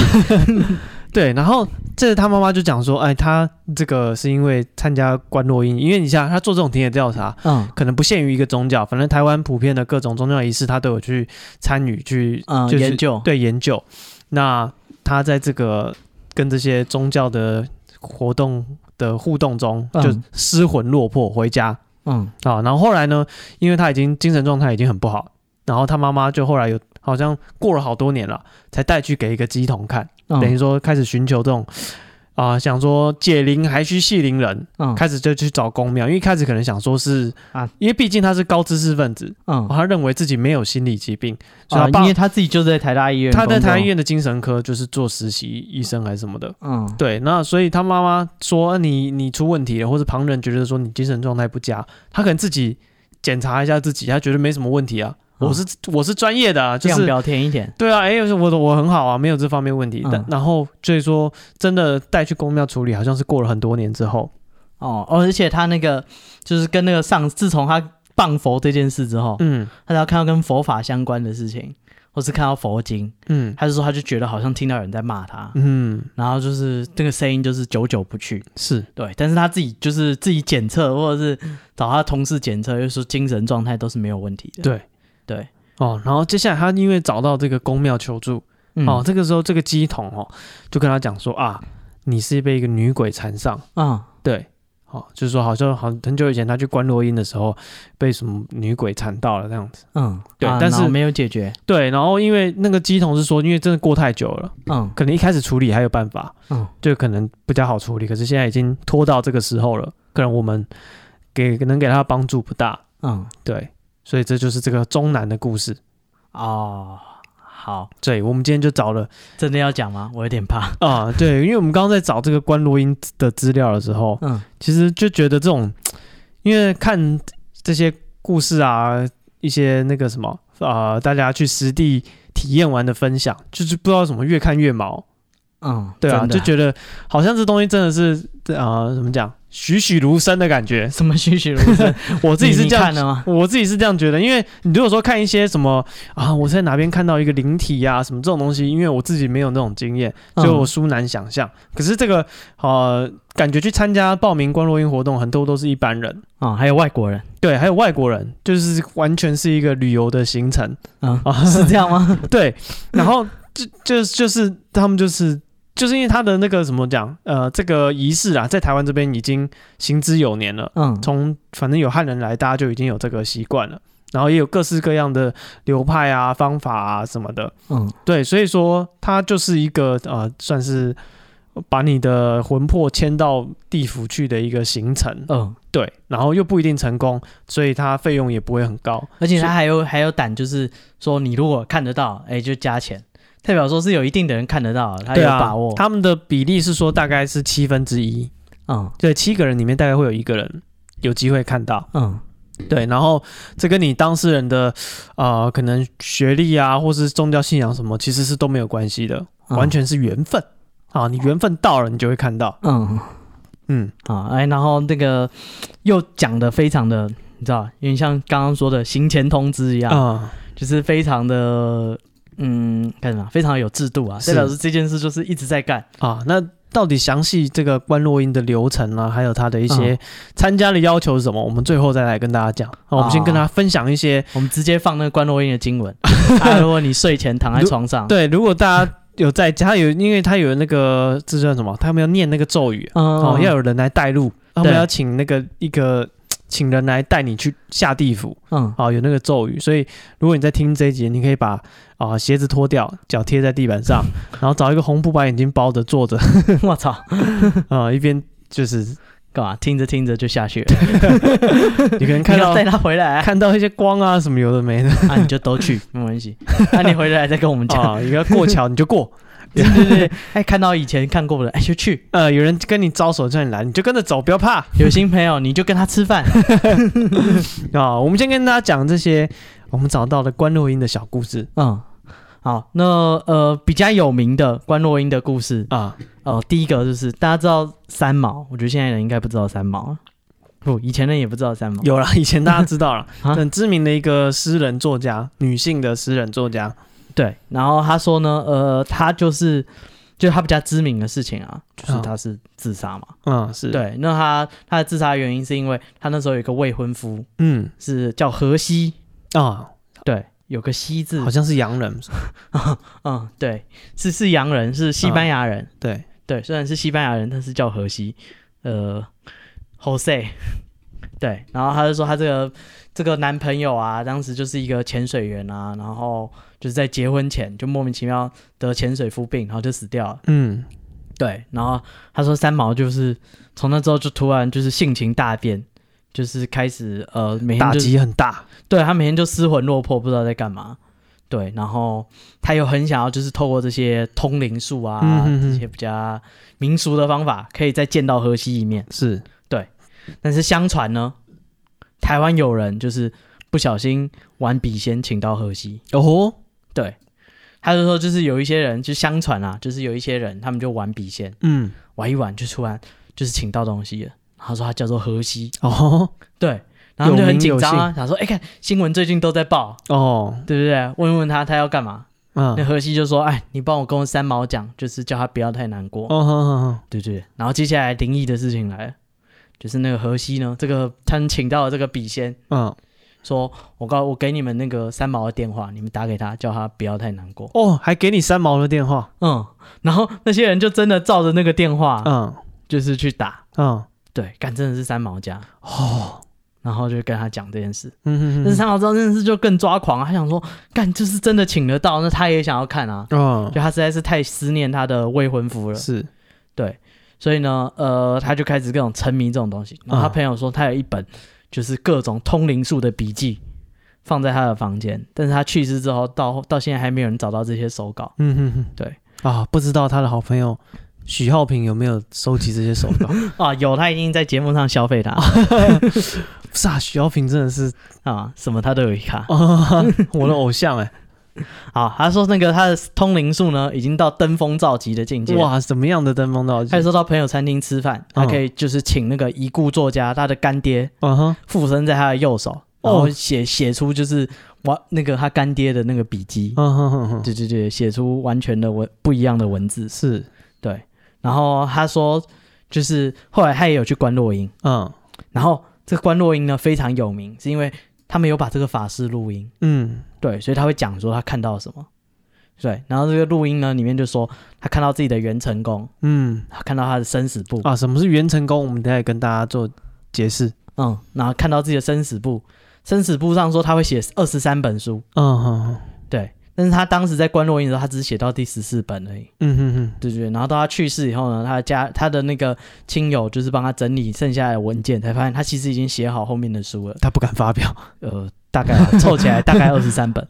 Speaker 1: 对，然后这他妈妈就讲说，哎，他这个是因为参加观落音，因为你像他做这种田野调查，
Speaker 2: 嗯
Speaker 1: 可能不限于一个宗教，反正台湾普遍的各种宗教仪式，他都有去参与去
Speaker 2: 嗯，
Speaker 1: 就是
Speaker 2: 研究
Speaker 1: 对研究。那他在这个跟这些宗教的活动的互动中，
Speaker 2: 嗯
Speaker 1: 就失魂落魄回家
Speaker 2: 嗯
Speaker 1: 啊。然后后来呢，因为他已经精神状态已经很不好，然后他妈妈就后来有好像过了好多年了，才带去给一个鸡童看。
Speaker 2: 嗯
Speaker 1: 等于说开始寻求这种啊、想说解铃还需系铃人，
Speaker 2: 嗯
Speaker 1: 开始就去找公庙，因为一开始可能想说是
Speaker 2: 啊
Speaker 1: 因为毕竟他是高知识分子，
Speaker 2: 嗯
Speaker 1: 他认为自己没有心理疾病，哦所以
Speaker 2: 啊
Speaker 1: 他，爸、
Speaker 2: 因为他自己就在台大医院，
Speaker 1: 他在台湾医，院的精神科就是做实习医生还是什么的。
Speaker 2: 嗯，
Speaker 1: 对，那所以他妈妈说啊你你出问题了，或者旁人觉得说你精神状态不佳，他可能自己检查一下自己，他觉得没什么问题啊。
Speaker 2: 嗯
Speaker 1: 我是我是专业的、啊，就
Speaker 2: 量
Speaker 1: 是
Speaker 2: 表填一填，
Speaker 1: 对啊，哎、我我很好啊，没有这方面问题。
Speaker 2: 嗯
Speaker 1: 但然后所以说，真的带去公庙处理，好像是过了很多年之后，
Speaker 2: 哦，哦而且他那个就是跟那个上，自从他谤佛这件事之后，
Speaker 1: 嗯
Speaker 2: 他只要看到跟佛法相关的事情，或是看到佛经，
Speaker 1: 嗯
Speaker 2: 他就说他就觉得好像听到有人在骂他，
Speaker 1: 嗯，
Speaker 2: 然后就是那个声音就是久久不去，
Speaker 1: 是
Speaker 2: 对，但是他自己就是自己检测，或者是
Speaker 1: 嗯
Speaker 2: 找他同事检测，又说精神状态都是没有问题的，
Speaker 1: 对
Speaker 2: 对，
Speaker 1: 哦。然后接下来他因为找到这个公庙求助，
Speaker 2: 嗯
Speaker 1: 哦，这个时候这个鸡童哦，就跟他讲说啊，你是被一个女鬼缠上，
Speaker 2: 啊，
Speaker 1: 对，哦，就是说好像好很久以前他去关落音的时候被什么女鬼缠到了这样子，
Speaker 2: 嗯，
Speaker 1: 对
Speaker 2: 啊
Speaker 1: 但
Speaker 2: 然后
Speaker 1: 是
Speaker 2: 没有解决，
Speaker 1: 对，然后因为那个鸡童是说，因为真的过太久了，
Speaker 2: 嗯
Speaker 1: 可能一开始处理还有办法，
Speaker 2: 嗯
Speaker 1: 就可能比较好处理，可是现在已经拖到这个时候了，可能我们给能给他的帮助不大，
Speaker 2: 嗯，
Speaker 1: 对，所以这就是这个中南的故事。
Speaker 2: 哦，好，
Speaker 1: 对，我们今天就找了
Speaker 2: 真的要讲吗？我有点怕，
Speaker 1: 啊、对，因为我们刚刚在找这个关罗音的资料的时候，
Speaker 2: 嗯
Speaker 1: 其实就觉得这种，因为看这些故事啊，一些那个什么啊、大家去实地体验完的分享，就是不知道怎么越看越毛，
Speaker 2: 嗯，
Speaker 1: 对啊，
Speaker 2: 真
Speaker 1: 就
Speaker 2: 的
Speaker 1: 觉得好像这东西真的是啊、呃怎么讲，栩栩如生的感觉。 <laughs>
Speaker 2: 什么栩栩如 <laughs> 生，
Speaker 1: 我自己是
Speaker 2: 你
Speaker 1: 这
Speaker 2: 你
Speaker 1: 样
Speaker 2: 看啊了吗？
Speaker 1: 我自己是这样觉得，因为你如果说看一些什么啊，我在哪边看到一个灵体呀、什么这种东西，因为我自己没有那种经验，
Speaker 2: 嗯
Speaker 1: 所以我殊难想象。可是这个呃，感觉去参加报名观落音活动，很多都是一般人，
Speaker 2: 啊，还有外国人，
Speaker 1: 对，还有外国人，就是完全是一个旅游的行程，
Speaker 2: 嗯
Speaker 1: 啊，
Speaker 2: 是这样吗？
Speaker 1: 对。然后就就就是他们就是就是因为他的那个怎么讲，呃，这个仪式啊，在台湾这边已经行之有年了。
Speaker 2: <laughs> 嗯， <laughs>
Speaker 1: 从反正有汉人来，大家就已经有这个习惯了，然后也有各式各样的流派啊、方法啊什么的。
Speaker 2: 嗯
Speaker 1: 对，所以说它就是一个呃，算是把你的魂魄迁到地府去的一个行程。
Speaker 2: 嗯，
Speaker 1: 对，然后又不一定成功，所以它费用也不会很高。
Speaker 2: 而且他还有还有胆，就是说你如果看得到，哎，就加钱，代表说是有一定的人看得到，他
Speaker 1: 对
Speaker 2: 有
Speaker 1: 啊，
Speaker 2: 把握，
Speaker 1: 他们的比例是说大概是七分之一，
Speaker 2: 嗯
Speaker 1: 对，七个人里面大概会有一个人有机会看到。
Speaker 2: 嗯
Speaker 1: 对，然后这跟你当事人的呃可能学历啊，或是宗教信仰什么，其实是都没有关系的，
Speaker 2: 嗯
Speaker 1: 完全是缘分啊。你缘分到了，你就会看到。
Speaker 2: 嗯。
Speaker 1: 嗯，
Speaker 2: 啊，哎，然后那个又讲的非常的，你知道，有点像刚刚说的行前通知一样，
Speaker 1: 啊、
Speaker 2: 就是非常的，嗯，干什么？非常有制度啊，
Speaker 1: 是
Speaker 2: 代表是这件事就是一直在干。
Speaker 1: 啊，那到底详细这个关洛音的流程啊，还有他的一些参加的要求是什么，我们最后再来跟大家讲。啊、我们先跟大家分享一些，
Speaker 2: 我们直接放那个关洛音的
Speaker 1: <laughs>
Speaker 2: 经文，啊，如果你睡前躺在床上，，
Speaker 1: 对，如果大家有在家，他有因为他有那个这算什么，他们要念那个咒语啊
Speaker 2: 嗯，
Speaker 1: 哦，要有人来带路，他们
Speaker 2: 对
Speaker 1: 要请那个一个请人来带你去下地府，
Speaker 2: 嗯， <laughs>
Speaker 1: 哦，有那个咒语，所以如果你在听这一集，你可以把啊、鞋子脱掉，脚贴在地板
Speaker 2: <laughs>
Speaker 1: 上，然后找一个红布把眼睛包着坐着， <laughs>
Speaker 2: 我操，
Speaker 1: 啊、一边就是
Speaker 2: 干嘛？听着听着就下雪了，
Speaker 1: 你可能
Speaker 2: <laughs> 你
Speaker 1: <laughs> 看
Speaker 2: 要
Speaker 1: 到
Speaker 2: 带他
Speaker 1: <laughs>
Speaker 2: 回来啊，
Speaker 1: 看到一些光啊什么有的
Speaker 2: <laughs>
Speaker 1: 没的
Speaker 2: 啊你就都去，没
Speaker 1: <laughs>
Speaker 2: 关系，那你回来再跟我们讲。
Speaker 1: 啊，你要过桥你就过， <laughs>
Speaker 2: 对对对，哎，看到以前看过的，哎，就去。
Speaker 1: 呃，有人跟你招手叫你来，你就跟着走，不要怕啊、
Speaker 2: 有新朋友，你就跟他吃
Speaker 1: <laughs>
Speaker 2: 饭。
Speaker 1: 哦我们先跟大家讲这些我们找到的关洛音的小故事
Speaker 2: 嗯，好，那呃比较有名的关洛英的故事，
Speaker 1: 啊，
Speaker 2: 呃，第一个就是大家知道三毛，我觉得现在人应该不知道三毛了，不，以前人也不知道三毛。，
Speaker 1: <laughs> 有了，以前大家知道 <laughs> 了
Speaker 2: 啊
Speaker 1: 很知名的一个诗人作家，女性的诗人作家，
Speaker 2: 对，然后他说呢，呃，他就是就他比较知名的事情啊，就是
Speaker 1: 嗯
Speaker 2: 他是自杀嘛。
Speaker 1: 嗯，是，
Speaker 2: 对，那他他的自杀原因是因为他那时候有一个未婚夫
Speaker 1: 嗯，
Speaker 2: 是叫荷西，
Speaker 1: 啊，
Speaker 2: 对，有个西字
Speaker 1: 好，像是洋人，
Speaker 2: 嗯，对，是是洋人，是西班牙人，
Speaker 1: 对，
Speaker 2: 对，虽然是西班牙人，但是叫荷西，呃，Jose，对，然后他就说他这个这个男朋友啊，当时就是一个潜水员啊，然后就是在结婚前就莫名其妙得潜水夫病，然后就死掉了。
Speaker 1: 嗯，
Speaker 2: 对，然后他说三毛就是从那之后就突然就是性情大变，就是开始呃每天
Speaker 1: 打
Speaker 2: 就
Speaker 1: 击很大，
Speaker 2: 对他每天就失魂落魄，不知道在干嘛。对，然后他又很想要，就是透过这些通灵术啊，
Speaker 1: 嗯哼哼
Speaker 2: 这些比较民俗的方法，可以再见到荷西一面。
Speaker 1: 是，
Speaker 2: 但是相传呢，台湾有人就是不小心玩笔仙请到荷西，
Speaker 1: 哦，
Speaker 2: 对，他就说就是有一些人就相传啊，就是有一些人他们就玩笔仙，
Speaker 1: 嗯，
Speaker 2: 玩一玩就突然就是请到东西了。他说他叫做荷西，
Speaker 1: 哦，
Speaker 2: 对，然后他们就很
Speaker 1: 有名
Speaker 2: 紧
Speaker 1: 有
Speaker 2: 张啊，想说哎看新闻最近都在报，
Speaker 1: 哦，
Speaker 2: 对不对？问问他他要干嘛？那
Speaker 1: 嗯，
Speaker 2: 荷西就说：“哎，你帮我跟三毛讲，就是叫他不要太难过。
Speaker 1: 哦，好好好
Speaker 2: 对对对。然后接下来灵异的事情来了，就是那个荷西呢，这个他们请到的这个笔仙，
Speaker 1: 嗯，
Speaker 2: 说我告我给你们那个三毛的电话，你们打给他，叫他不要太难过。
Speaker 1: 哦，还给你三毛的电话，
Speaker 2: 嗯，然后那些人就真的照着那个电话，
Speaker 1: 嗯
Speaker 2: 就是去打，
Speaker 1: 嗯，
Speaker 2: 对，干真的是三毛家，
Speaker 1: 哦，
Speaker 2: 然后就跟他讲这件事。
Speaker 1: 嗯嗯
Speaker 2: 但是
Speaker 1: 嗯
Speaker 2: 三毛知道这件事就更抓狂、啊，他想说，干就是真的请得到，那他也想要看啊，
Speaker 1: 嗯，
Speaker 2: 就他实在是太思念他的未婚夫了，
Speaker 1: 是，
Speaker 2: 所以呢，呃，他就开始各种沉迷这种东西。然后他朋友说，他有一本就是各种通灵术的笔记放在他的房间，但是他去世之后，到到现在还没有人找到这些手稿。
Speaker 1: 嗯嗯嗯，
Speaker 2: 对
Speaker 1: 啊，不知道他的好朋友许浩平有没有收集这些手 <laughs> 稿？
Speaker 2: 啊，有，他已经在节目上消费他
Speaker 1: 是啊，许浩平真的是 <laughs>
Speaker 2: 啊，什么他都有一卡。
Speaker 1: 啊，我的偶像哎，
Speaker 2: 啊，他说那个他的通灵术呢，已经到登峰造极的境界。哇！
Speaker 1: 哇，怎么样的登峰造极
Speaker 2: 他？说到朋友餐厅吃饭，他
Speaker 1: 嗯
Speaker 2: 可以就是请那个已故作家他的干爹
Speaker 1: 嗯哼，
Speaker 2: 附身在他的右手，然后写写出就是我那个他干爹的那个笔记。
Speaker 1: 嗯哼哼哼，
Speaker 2: 对对对，写出完全的文不一样的文字。
Speaker 1: 是，
Speaker 2: 对，然后他说，就是后来他也有去关洛英，
Speaker 1: 嗯
Speaker 2: 然后这个关洛英呢非常有名，是因为他们有把这个法师录音，
Speaker 1: 嗯
Speaker 2: 对，所以他会讲说他看到了什么。对，然后这个录音呢里面就说他看到自己的元成功，
Speaker 1: 嗯，
Speaker 2: 他看到他的生死簿，
Speaker 1: 啊，什么是元成功？我们等一下也跟大家做解释。
Speaker 2: 嗯，然后看到自己的生死簿，生死簿上说他会写二十三本书，
Speaker 1: 嗯哼哼，
Speaker 2: 对，但是他当时在关洛英的时候，他只写到第十四本而已。
Speaker 1: 嗯哼哼，
Speaker 2: 对对，对然后到他去世以后呢，他的家他的那个亲友就是帮他整理剩下的文件，才发现他其实已经写好后面的书了，
Speaker 1: 他不敢发表，
Speaker 2: 呃，大概 <laughs> 啊凑起来大概二十三本，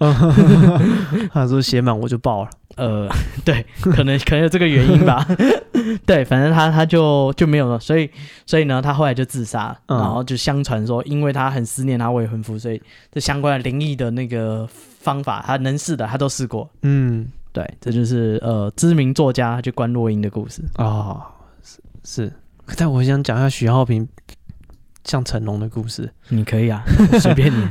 Speaker 1: 他说写满我就爆了。
Speaker 2: 呃， <laughs> 对，可能可能有这个原因吧， <laughs> 对，反正他他就就没有了，所以所以呢，他后来就自杀，
Speaker 1: 嗯
Speaker 2: 然后就相传说，因为他很思念他未婚夫，所以这相关的灵异的那个方法，他能试的他都试过，
Speaker 1: 嗯
Speaker 2: 对，这就是呃知名作家就关洛英的故事。
Speaker 1: 啊，是是，但我想讲一下许浩平像成龙的故事，
Speaker 2: 你可以啊，随便你。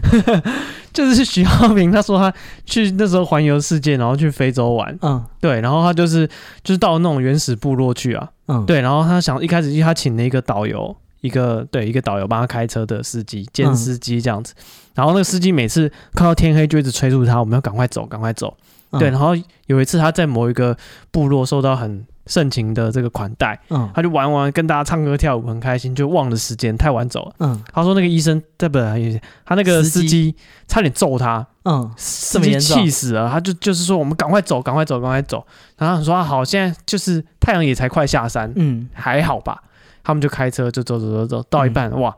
Speaker 1: 就是许浩平他说他去那时候环游世界，然后去非洲玩，
Speaker 2: <laughs> 嗯
Speaker 1: 对，然后他就是就是到那种原始部落去啊，
Speaker 2: 嗯，
Speaker 1: 对，然后他想一开始他请了一个导游，一个对一个导游帮他开车的司机兼
Speaker 2: 嗯
Speaker 1: 司机这样子，然后那个司机每次看到天黑就一直催促他，我们要赶快走，赶快走。
Speaker 2: 嗯
Speaker 1: 对，然后有一次他在某一个部落受到很盛情的这个款待，
Speaker 2: 嗯
Speaker 1: 他就玩玩跟大家唱歌跳舞很开心，就忘了时间，太晚走了。
Speaker 2: 嗯
Speaker 1: 他说那个医生，对不对？他那个司
Speaker 2: 司
Speaker 1: 机差点揍他，
Speaker 2: 嗯，
Speaker 1: 司
Speaker 2: 么
Speaker 1: 机
Speaker 2: 严重
Speaker 1: 气死了。他就就是说我们赶快走，赶快走，赶快走。然后他说、啊好，现在就是太阳也才快下山，
Speaker 2: 嗯
Speaker 1: 还好吧。他们就开车就走走走走，到一半、
Speaker 2: 嗯
Speaker 1: 哇，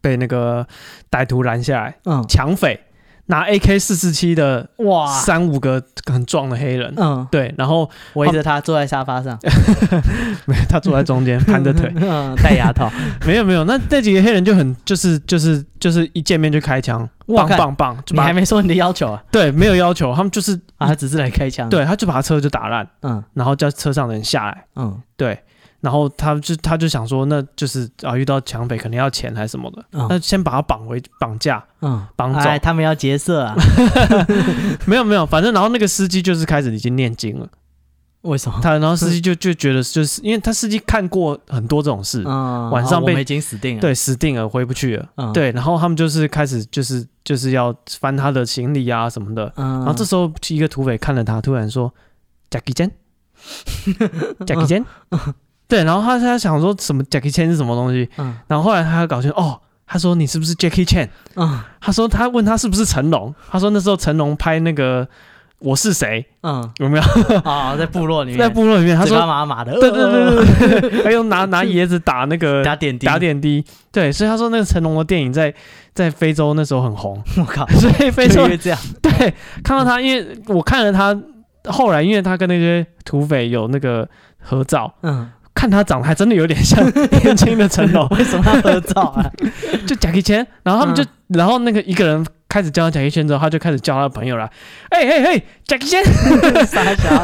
Speaker 1: 被那个歹徒拦下来，
Speaker 2: 嗯，
Speaker 1: 抢匪拿 AK 四四七的
Speaker 2: 哇，
Speaker 1: 三五个很壮的黑人，
Speaker 2: 嗯，
Speaker 1: 对，然后
Speaker 2: 围着他坐在沙发 <laughs> 上，
Speaker 1: 没有他坐在中间盘着腿，
Speaker 2: <laughs> 嗯，戴牙套，
Speaker 1: 没有没有，那那几个黑人就很就是就是就是一见面就开枪，
Speaker 2: 哇
Speaker 1: 棒
Speaker 2: 干
Speaker 1: 棒棒，就
Speaker 2: 你
Speaker 1: 把
Speaker 2: 还没说你的要求啊？
Speaker 1: 对没有要求，他们就是
Speaker 2: 啊，他只是来开枪。，
Speaker 1: 对，他就把车就打烂，
Speaker 2: 嗯
Speaker 1: 然后叫车上的人下来，
Speaker 2: 嗯
Speaker 1: 对，然后他就他就想说，那就是啊遇到抢匪肯定要钱还是什么的，那
Speaker 2: 嗯
Speaker 1: 先把他绑回绑架，
Speaker 2: 嗯，
Speaker 1: 绑走
Speaker 2: 哎，他们要劫色啊？
Speaker 1: 没有没有，反正然后那个司机就是开始已经念经了，
Speaker 2: <laughs> 为什么？
Speaker 1: 他然后司机就就觉得就是因为他司机看过很多这种事，
Speaker 2: 嗯，
Speaker 1: 晚上
Speaker 2: 啊
Speaker 1: 被
Speaker 2: 我们已经死定了。，
Speaker 1: 对，死定了，回不去了。
Speaker 2: 嗯，
Speaker 1: 对，然后他们就是开始就是就是要翻他的行李啊什么的。
Speaker 2: 嗯，
Speaker 1: 然后这时候一个土匪看了他，突然说：“贾吉
Speaker 2: <laughs>
Speaker 1: 坚，贾吉坚。”对，然后他他想说什么贾吉 n 是什么东西，
Speaker 2: 嗯
Speaker 1: 然后后来他搞清楚哦，他说你是不是 Jackie Chan？
Speaker 2: 嗯
Speaker 1: 他说他问他是不是成龙，他说那时候成龙拍那个我是谁
Speaker 2: 嗯，
Speaker 1: 有没有
Speaker 2: 啊，在部落里面，
Speaker 1: 在部落里面，他
Speaker 2: 嘴巴
Speaker 1: 说
Speaker 2: 麻麻的，
Speaker 1: 对对对对对，还有拿拿椰子打那个
Speaker 2: 呃， <laughs> 打点滴，
Speaker 1: 打，点滴，对，所以他说那个成龙的电影在在非洲那时候很红，
Speaker 2: 我靠，
Speaker 1: 所以非洲
Speaker 2: 就因为这样，
Speaker 1: 对看到他，因为我看了他后来，因为他跟那些土匪有那个合照，
Speaker 2: 嗯，
Speaker 1: 看他长得还真的有点像年轻的成龙，
Speaker 2: <laughs> 为什么要合照 <laughs> 啊？
Speaker 1: 就贾一千，然后他们就、然后那个一个人开始叫他贾一千之后，他就开始叫他的朋友来，哎哎哎，贾一千，
Speaker 2: 傻笑，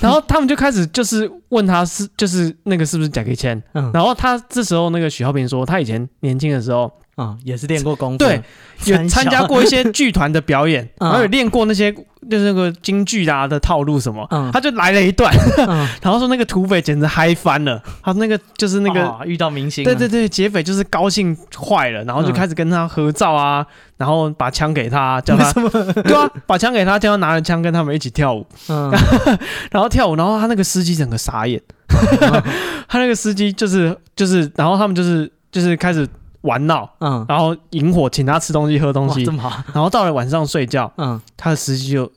Speaker 1: 然后他们就开始就是问他是就是那个是不是贾一千，
Speaker 2: 嗯
Speaker 1: 然后他这时候那个许浩平说他以前年轻的时候。
Speaker 2: <laughs> 啊嗯，也是练过功夫，
Speaker 1: 对有参
Speaker 2: <laughs> 三小
Speaker 1: 加过一些剧团的表演，
Speaker 2: <laughs> 嗯
Speaker 1: 然后有练过那些就是那个京剧啊的套路什么，
Speaker 2: <laughs> 嗯
Speaker 1: 他就来了一段， <laughs>
Speaker 2: 嗯
Speaker 1: 然后说那个土匪简直嗨翻了，他那个就是那个、
Speaker 2: 哦遇到明星了，
Speaker 1: 对
Speaker 2: <laughs>
Speaker 1: 对对，劫匪就是高兴坏了，然后就
Speaker 2: 嗯
Speaker 1: 开始跟他合照啊，然后把枪给他，叫他
Speaker 2: 什么？
Speaker 1: <laughs> 对啊，把枪给他，叫他拿着枪跟他们一起跳舞，
Speaker 2: 嗯，
Speaker 1: 然后跳舞，然后他那个司机整个傻
Speaker 2: <laughs>
Speaker 1: 眼，他那个司机就是就是，然后他们就是就是开始玩闹，
Speaker 2: 嗯， <laughs>
Speaker 1: 然后引火，请他吃东西喝东
Speaker 2: 哇，
Speaker 1: 西
Speaker 2: 这，么好，
Speaker 1: 然后到了晚上睡觉，
Speaker 2: 嗯，
Speaker 1: 他的司机就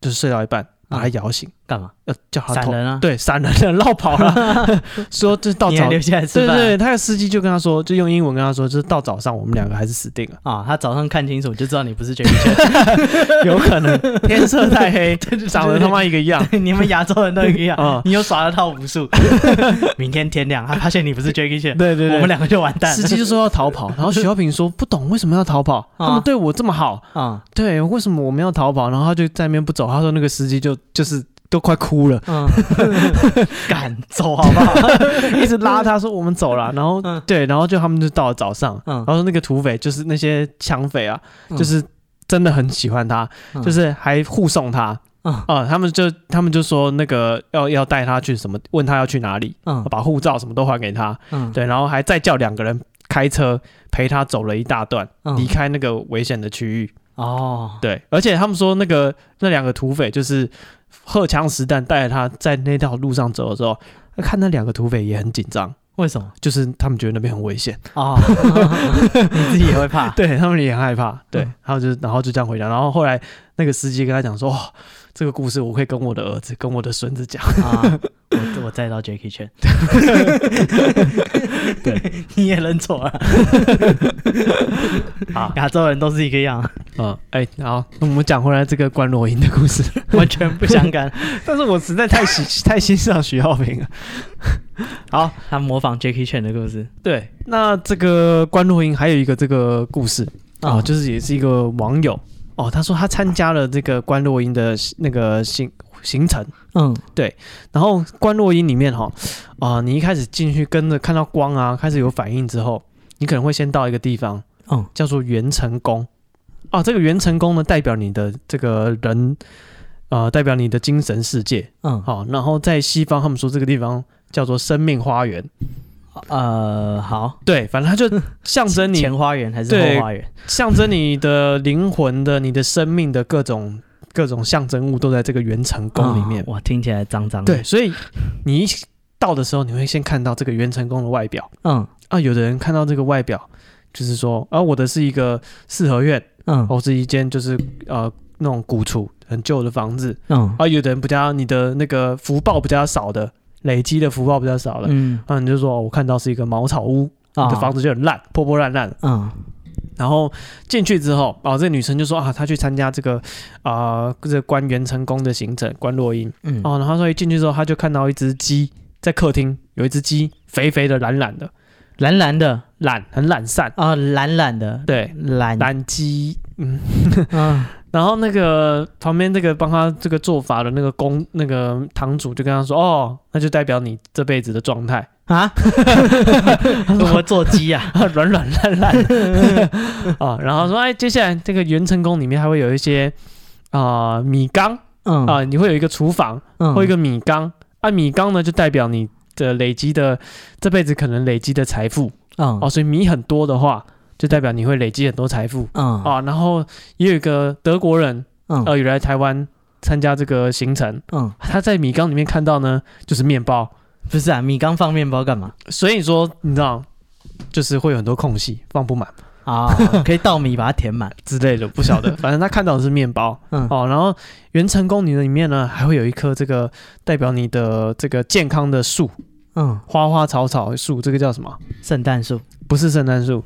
Speaker 1: 就睡到一半把他摇醒，
Speaker 2: 干嘛？
Speaker 1: 要叫他
Speaker 2: 嗯闪
Speaker 1: 投
Speaker 2: 人啊？，
Speaker 1: 对闪人了，绕跑了，
Speaker 2: <laughs>
Speaker 1: 说这到
Speaker 2: 你还
Speaker 1: 早
Speaker 2: 留下来
Speaker 1: 对
Speaker 2: 吃
Speaker 1: 对
Speaker 2: 饭？
Speaker 1: 对，他的司机就跟他说，就用英文跟他说，就是到早上我们两个还是死
Speaker 2: <laughs>
Speaker 1: 定了，
Speaker 2: 啊，他早上看清楚就知道你不是 j <laughs> a
Speaker 1: 有可能天色太
Speaker 2: <laughs>
Speaker 1: 黑，长得他妈一个样
Speaker 2: 你们亚洲人都 <laughs> 一样，
Speaker 1: 啊！
Speaker 2: 你又耍了套武 <laughs> 术。明天天亮，他啊发现你不是 Jackie Chan，
Speaker 1: 对对
Speaker 2: 我们
Speaker 1: 对，
Speaker 2: 两个就完蛋了。
Speaker 1: 司
Speaker 2: <laughs>
Speaker 1: 机就说要逃跑，然后徐小平说不懂为什么要逃跑，他们对我这么好，
Speaker 2: 啊，
Speaker 1: 对为什么我们要逃跑？然后他就在那边不走，他说那个司机就就是都快哭了，
Speaker 2: 嗯，敢走好不好？
Speaker 1: 一直拉他说我们走了，然后
Speaker 2: 嗯
Speaker 1: 对，然后就他们就到了早上，
Speaker 2: <laughs> 嗯
Speaker 1: 然后那个土匪就是那些抢匪啊，
Speaker 2: 嗯
Speaker 1: 就是真的很喜欢他，
Speaker 2: 嗯
Speaker 1: 就是还护送他
Speaker 2: 嗯
Speaker 1: 啊、他们就他们就说那个要要带他去什么，问他要去哪里，
Speaker 2: 嗯
Speaker 1: 把护照什么都还给他，
Speaker 2: 嗯，
Speaker 1: 对，然后还再叫两个人开车陪他走了一大段，
Speaker 2: 嗯
Speaker 1: 离开那个危险的区域，
Speaker 2: 哦，
Speaker 1: 对，而且他们说那个那两个土匪就是荷枪实弹带着他在那条路上走的时候，看那两个土匪也很紧张。
Speaker 2: 为什么？
Speaker 1: 就是他们觉得那边很危 <laughs> 险，
Speaker 2: 哦，你自己也会
Speaker 1: <laughs>
Speaker 2: 怕？
Speaker 1: 对他们也很害怕，对，
Speaker 2: 嗯
Speaker 1: 然后就然后就这样回家，然后后来那个司机跟他讲说，哦，这个故事我会跟我的儿子跟我的孙子讲，
Speaker 2: 啊，我我再到 Jackie Chan，对， <laughs> 你也认错了，
Speaker 1: <laughs> 好
Speaker 2: 亚洲人都是一个样， <laughs>
Speaker 1: 嗯， <laughs> 哎、好，那我们讲回来这个关若英的故事，
Speaker 2: 完全不相干。
Speaker 1: <laughs> 但是我实在太 <laughs> 喜太欣赏徐浩平了。好，
Speaker 2: 他模仿 Jackie Chan 的故事
Speaker 1: 对，那这个关若英还有一个这个故事啊、
Speaker 2: 啊，
Speaker 1: 就
Speaker 2: 就
Speaker 1: 是也是一个网友哦，他说他参加了这个关若英的那个行行程，
Speaker 2: 嗯
Speaker 1: 然后关落音里面哈，啊、你一开始进去跟着看到光啊，开始有反应之后，你可能会先到一个地方，
Speaker 2: 嗯，
Speaker 1: 叫做元成宫。啊，这个元成宫呢，代表你的这个人，呃，代表你的精神世界。
Speaker 2: 嗯，
Speaker 1: 好、然后在西方他们说这个地方叫做生命花园。
Speaker 2: 呃，好，
Speaker 1: 对，反正它就象征你
Speaker 2: <laughs> 前花园还是
Speaker 1: 对
Speaker 2: 后花园？
Speaker 1: 象征你的灵魂的、你的生命的各种各种象征物都在这个元成宫里面
Speaker 2: 啊。哇，听起来脏脏的。
Speaker 1: 对，，所以你一到的时候，你会先看到这个元成宫的外表。
Speaker 2: 嗯
Speaker 1: 啊，有的人看到这个外表，就是说，啊，我的是一个四合院，
Speaker 2: 嗯
Speaker 1: 哦，是一间就是呃那种古厝很旧的房子。
Speaker 2: 嗯
Speaker 1: 啊，有的人比较你的那个福报比较少的，累积的福报比较少的，
Speaker 2: 嗯
Speaker 1: 啊，你就说、哦我看到是一个茅草屋，你
Speaker 2: 啊
Speaker 1: 的房子就很烂，破破烂烂的。
Speaker 2: 嗯
Speaker 1: 然后进去之后，哦，这个女生就说啊，她去参加这个啊、呃这个关元成功的行程，关落英。
Speaker 2: 嗯
Speaker 1: 哦，然后所以进去之后，她就看到一只鸡在客厅，有一只鸡肥肥的、懒懒的，
Speaker 2: 蓝蓝的
Speaker 1: 懒很懒散。
Speaker 2: 啊，蓝蓝的
Speaker 1: 对，
Speaker 2: 蓝
Speaker 1: 蓝鸡，嗯，
Speaker 2: 嗯
Speaker 1: 然后那个旁边这个帮他这个做法的那个公那个堂主就跟他说，哦，那就代表你这辈子的状态， <laughs>
Speaker 2: 啊，我做鸡啊，
Speaker 1: 软软烂 <laughs> 烂的啊、然后说，哎，接下来这个元成宫里面还会有一些啊、米缸
Speaker 2: 嗯
Speaker 1: 啊、你会有一个厨房
Speaker 2: 嗯
Speaker 1: 或一个米缸，啊，米缸呢就代表你的累积的这辈子可能累积的财富
Speaker 2: 嗯
Speaker 1: 哦，所以米很多的话，就代表你会累积很多财富
Speaker 2: 嗯
Speaker 1: 啊、然后也有一个德国人。
Speaker 2: 嗯
Speaker 1: 呃，有来台湾参加这个行程，
Speaker 2: 嗯，
Speaker 1: 他在米缸里面看到呢，就是面包，
Speaker 2: 不是啊，米缸放面包干嘛
Speaker 1: 所以说你知道，就是会有很多空隙放不满
Speaker 2: 啊？可以倒米把它填满。
Speaker 1: 之类的，不晓
Speaker 2: <laughs>
Speaker 1: 得，反正他看到的是面包
Speaker 2: 嗯
Speaker 1: 哦。然后元成功里的里面呢，还会有一棵这个代表你的这个健康的树，
Speaker 2: 嗯，
Speaker 1: 花花草草树，这个叫什么？
Speaker 2: 圣诞树
Speaker 1: 不是圣诞树，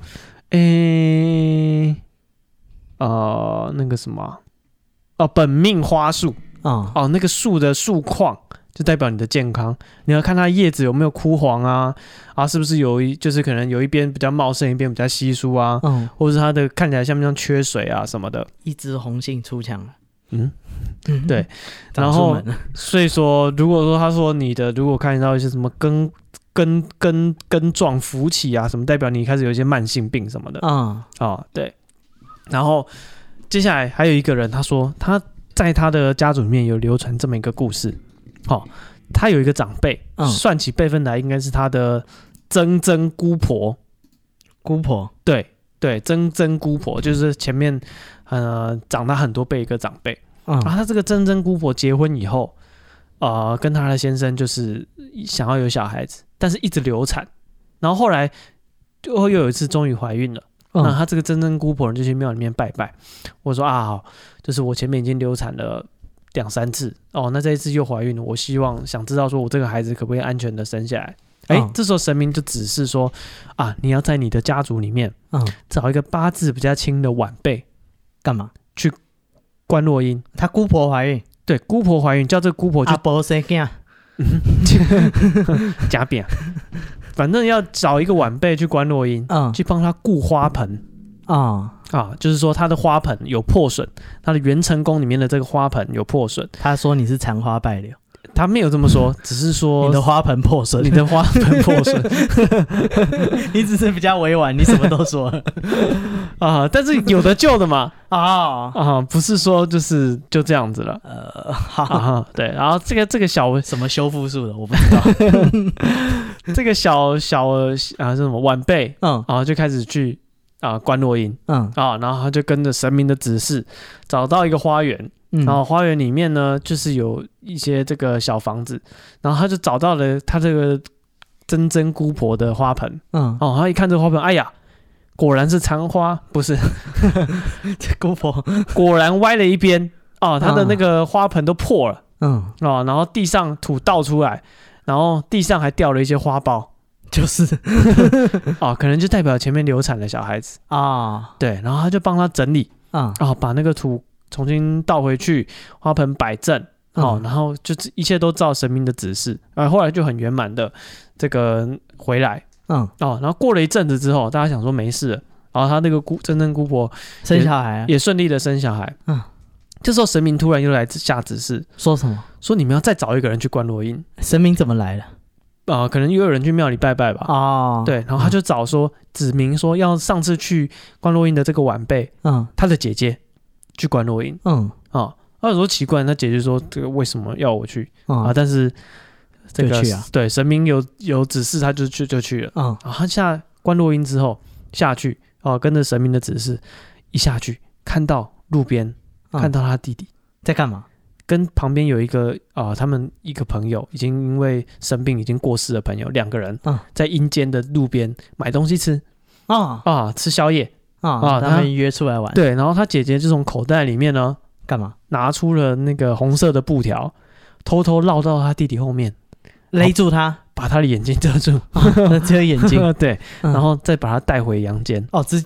Speaker 1: 诶、呃，那个什么啊，哦，本命花树。
Speaker 2: 啊，
Speaker 1: 哦，那个树的树况就代表你的健康。你要看它叶子有没有枯黄啊，啊，是不是有一就是可能有一边比较茂盛，一边比较稀疏啊，
Speaker 2: 嗯，
Speaker 1: 或者是它的看起来像不像缺水啊什么的。
Speaker 2: 一枝红杏出墙了。
Speaker 1: 嗯
Speaker 2: 嗯，
Speaker 1: 对
Speaker 2: 长
Speaker 1: 然
Speaker 2: 出
Speaker 1: 后
Speaker 2: 门了，
Speaker 1: 所以说，如果说他说你的如果看到一些什么根根根根状浮起啊什么，代表你开始有一些慢性病什么的啊、
Speaker 2: 嗯
Speaker 1: 哦对。然后接下来还有一个人，他说他在他的家族里面有流传这么一个故事，好、他有一个长辈，
Speaker 2: 嗯
Speaker 1: 算起辈分来应该是他的曾曾姑婆，
Speaker 2: 姑婆，
Speaker 1: 对对，曾曾姑婆就是前面呃长他很多辈一个长辈，
Speaker 2: 嗯
Speaker 1: 然后他这个曾曾姑婆结婚以后，呃，跟她的先生就是想要有小孩子，但是一直流产，然后后来最后又有一次终于怀孕了。那
Speaker 2: 嗯
Speaker 1: 他这个真真姑婆人就去庙里面拜拜。我说啊，好，就是我前面已经流产了两三次哦，那这一次又怀孕了，我希望想知道说我这个孩子可不可以安全的生下来。哎、
Speaker 2: 嗯
Speaker 1: 这时候神明就指示说啊，你要在你的家族里面
Speaker 2: 嗯，
Speaker 1: 找一个八字比较轻的晚辈
Speaker 2: 干嘛？
Speaker 1: 关落音。
Speaker 2: 他姑婆怀孕，
Speaker 1: 对，姑婆怀孕，叫这个姑婆去
Speaker 2: 阿婆生囝，
Speaker 1: 夹
Speaker 2: <laughs>
Speaker 1: 扁，反正要找一个晚辈去关落音，
Speaker 2: 嗯
Speaker 1: 去帮他顾花盆。
Speaker 2: 啊，
Speaker 1: 啊，就是说它的花盆有破损，它的元成宫里面的这个花盆有破损，
Speaker 2: 他说你是残花败柳，
Speaker 1: 他没有这么说，只是说
Speaker 2: 你的花盆破损
Speaker 1: <laughs> 你，的花盆破损
Speaker 2: <laughs> 你只是比较委婉，你什么都说了
Speaker 1: 啊，但是有的救的嘛
Speaker 2: <laughs> 哦，
Speaker 1: 啊，不是说就是就这样子了
Speaker 2: 呃，好，
Speaker 1: 啊，对，然后这个这个小
Speaker 2: <laughs> 什么修复术的我不知道，
Speaker 1: 这个小小啊是什么晚辈
Speaker 2: <laughs> 嗯
Speaker 1: 啊就开始去啊观落阴
Speaker 2: 嗯
Speaker 1: 啊，然后他就跟着神明的指示找到一个花园，
Speaker 2: 嗯，
Speaker 1: 然后花园里面呢，就是有一些这个小房子，然后他就找到了他这个真真姑婆的花盆
Speaker 2: 嗯，
Speaker 1: 哦，他一看这个花盆，哎呀，果然是残花，不是，
Speaker 2: 这姑婆，
Speaker 1: 果然歪了一边哦，他的
Speaker 2: 嗯
Speaker 1: 那个花盆都破了
Speaker 2: 嗯，
Speaker 1: 哦，然后地上土倒出来，然后地上还掉了一些花苞
Speaker 2: 就是
Speaker 1: 哦，可能就代表前面流产的小孩子，
Speaker 2: 啊
Speaker 1: 对，然后他就帮他整理
Speaker 2: 啊，
Speaker 1: 哦，把那个土重新倒回去，花盆摆正。哦，
Speaker 2: 嗯
Speaker 1: 然后就是一切都照神明的指示，啊，后来就很圆满的这个回来
Speaker 2: 嗯，
Speaker 1: 哦。然后过了一阵子之后，大家想说没事了，然后他那个姑真正姑婆
Speaker 2: 生小孩啊
Speaker 1: 也顺利的生小孩。
Speaker 2: 嗯，
Speaker 1: 这时候神明突然又来下指示，
Speaker 2: 说什么？
Speaker 1: 说你们要再找一个人去关罗音
Speaker 2: 神明怎么来的？
Speaker 1: 啊、可能又有人去庙里拜拜吧。
Speaker 2: 哦，，
Speaker 1: 对，然后他就找说指明说要上次去关罗音的这个晚辈，
Speaker 2: 嗯
Speaker 1: 他的姐姐去关罗音
Speaker 2: 嗯
Speaker 1: 啊。那我说奇怪，他姐姐说这个为什么要我去？啊，
Speaker 2: 嗯
Speaker 1: 但是这个
Speaker 2: 就去啊
Speaker 1: 对神明有有指示，他就去就去了。
Speaker 2: 嗯，
Speaker 1: 啊，他下关落音之后下去哦、跟着神明的指示一下去，看到路边
Speaker 2: 嗯
Speaker 1: 看到他弟弟、
Speaker 2: 在干嘛？
Speaker 1: 跟旁边有一个啊、他们一个朋友已经因为生病已经过世的朋友，两个人、
Speaker 2: 嗯
Speaker 1: 在阴间的路边买东西吃
Speaker 2: 啊
Speaker 1: 啊，吃宵夜。
Speaker 2: 啊，
Speaker 1: 啊
Speaker 2: 他
Speaker 1: 他
Speaker 2: 们约出来玩，
Speaker 1: 对，然后他姐姐就从口袋里面呢
Speaker 2: 干嘛？
Speaker 1: 拿出了那个红色的布条，偷偷绕到他弟弟后面，
Speaker 2: 勒住他，
Speaker 1: 把他的眼睛遮 <laughs> 住。
Speaker 2: <laughs> 那只有眼睛，
Speaker 1: 对，
Speaker 2: 嗯
Speaker 1: 然后再把他带回阳间，
Speaker 2: 哦，这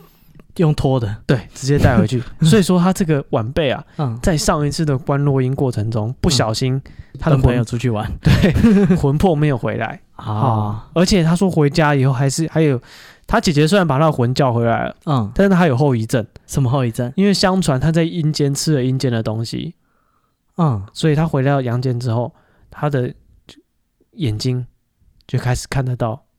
Speaker 2: 用拖的，
Speaker 1: 对，直接带回去。 <laughs> 所以说他这个晚辈啊，
Speaker 2: 嗯，
Speaker 1: 在上一次的观落音过程中，不小心他的
Speaker 2: 跟朋友
Speaker 1: 魂
Speaker 2: 出去玩
Speaker 1: 魂 <laughs> 魄没有回来
Speaker 2: 啊，
Speaker 1: 而且他说回家以后还是还有他姐姐虽然把他的魂叫回来了，
Speaker 2: 嗯，
Speaker 1: 但是他有后遗症，
Speaker 2: 什么后遗症？
Speaker 1: 因为相传他在阴间吃了阴间的东西，
Speaker 2: 嗯，
Speaker 1: 所以他回到阳间之后，他的眼睛就开始看得到， <laughs>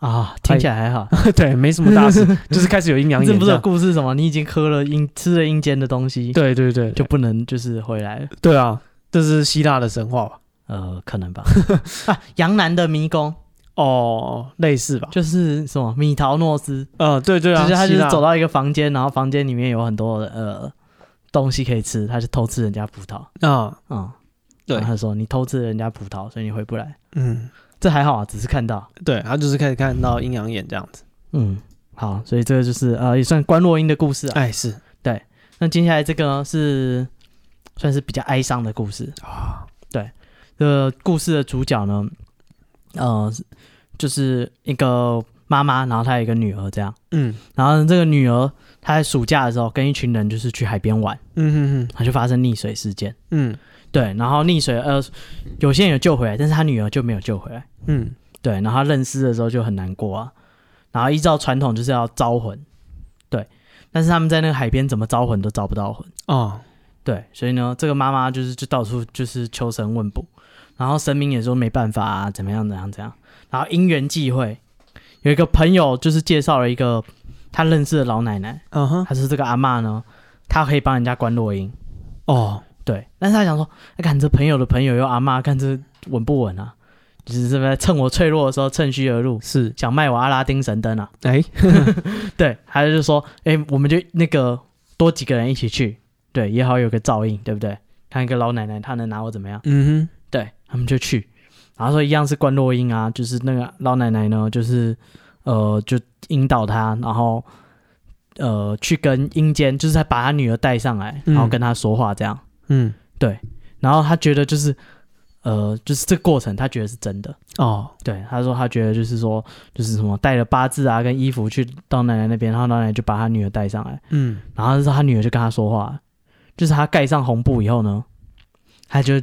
Speaker 2: 啊，听起来还好。
Speaker 1: 对，没什么大事，就是开始有阴阳
Speaker 2: <laughs> 这
Speaker 1: 眼
Speaker 2: 不是
Speaker 1: 这
Speaker 2: 有
Speaker 1: 样。
Speaker 2: 故事什么？你已经喝了阴吃了阴间的东西，
Speaker 1: 对对对，
Speaker 2: 就
Speaker 1: 就
Speaker 2: 不能就是回来了。
Speaker 1: 对啊，这是希腊的神话吧？
Speaker 2: 呃，可能吧。 <laughs> 啊，杨澜的迷宫
Speaker 1: 哦，类似吧？
Speaker 2: 就是什么米陶诺斯，
Speaker 1: 呃，对对啊，
Speaker 2: 就是他就
Speaker 1: 希
Speaker 2: 是
Speaker 1: 腊
Speaker 2: 走到一个房间，然后房间里面有很多的呃东西可以吃，他就偷吃人家葡萄。
Speaker 1: 啊，
Speaker 2: 嗯，
Speaker 1: 对
Speaker 2: 然后他说你偷吃人家葡萄，所以你回不来。
Speaker 1: 嗯，
Speaker 2: 这还好啊，只是看到。
Speaker 1: 对他就是开始看到阴阳眼这样子。
Speaker 2: 嗯，好，所以这个就是呃也算关洛英的故事啊。
Speaker 1: 哎，是
Speaker 2: 那接下来这个呢是算是比较哀伤的故事
Speaker 1: 啊，
Speaker 2: 这个故事的主角呢，呃，就是一个妈妈，然后她有一个女儿这样，
Speaker 1: 嗯
Speaker 2: 然后这个女儿她在暑假的时候跟一群人就是去海边玩，
Speaker 1: 嗯嗯
Speaker 2: 然后就发生溺水事件。
Speaker 1: 嗯
Speaker 2: 对，然后溺水，呃，有些人有救回来，但是她女儿就没有救回来。
Speaker 1: 嗯
Speaker 2: 对，然后她认尸的时候就很难过啊。然后依照传统就是要招魂，对，但是他们在那个海边怎么招魂都招不到魂。
Speaker 1: 哦，
Speaker 2: 对，所以呢，这个妈妈就是就到处就是求神问卜，然后神明也说没办法啊，怎么样怎么样怎么样，然后因缘际会，有一个朋友就是介绍了一个他认识的老奶奶，
Speaker 1: 嗯哼，
Speaker 2: 她是这个阿嬷呢，她可以帮人家关落音，
Speaker 1: 哦，
Speaker 2: 对，但是他想说，哎看这朋友的朋友又阿妈，看这稳不稳啊？就是这边趁我脆弱的时候趁虚而入，
Speaker 1: 是，
Speaker 2: 想卖我阿拉丁神灯啊？
Speaker 1: 哎、
Speaker 2: 对，还是说，哎、我们就那个多几个人一起去，对，也好有个照应，对不对？看一个老奶奶她能拿我怎么样？
Speaker 1: 嗯
Speaker 2: 对他们就去，然后说一样是关落音啊，就是那个老奶奶呢，就是呃，就引导她，然后呃，去跟阴间，就是她把她女儿带上来，然后
Speaker 1: 嗯
Speaker 2: 跟她说话这样，
Speaker 1: 哼，嗯，
Speaker 2: 然后她觉得就是呃，就是这个过程她觉得是真的，
Speaker 1: 哦，
Speaker 2: 对，她说她觉得就是说就是什么带了八字啊跟衣服去到奶奶那边，然后老奶奶就把她女儿带上来，
Speaker 1: 嗯，
Speaker 2: 然后他女儿就跟他说话，就是他盖上红布以后呢，他就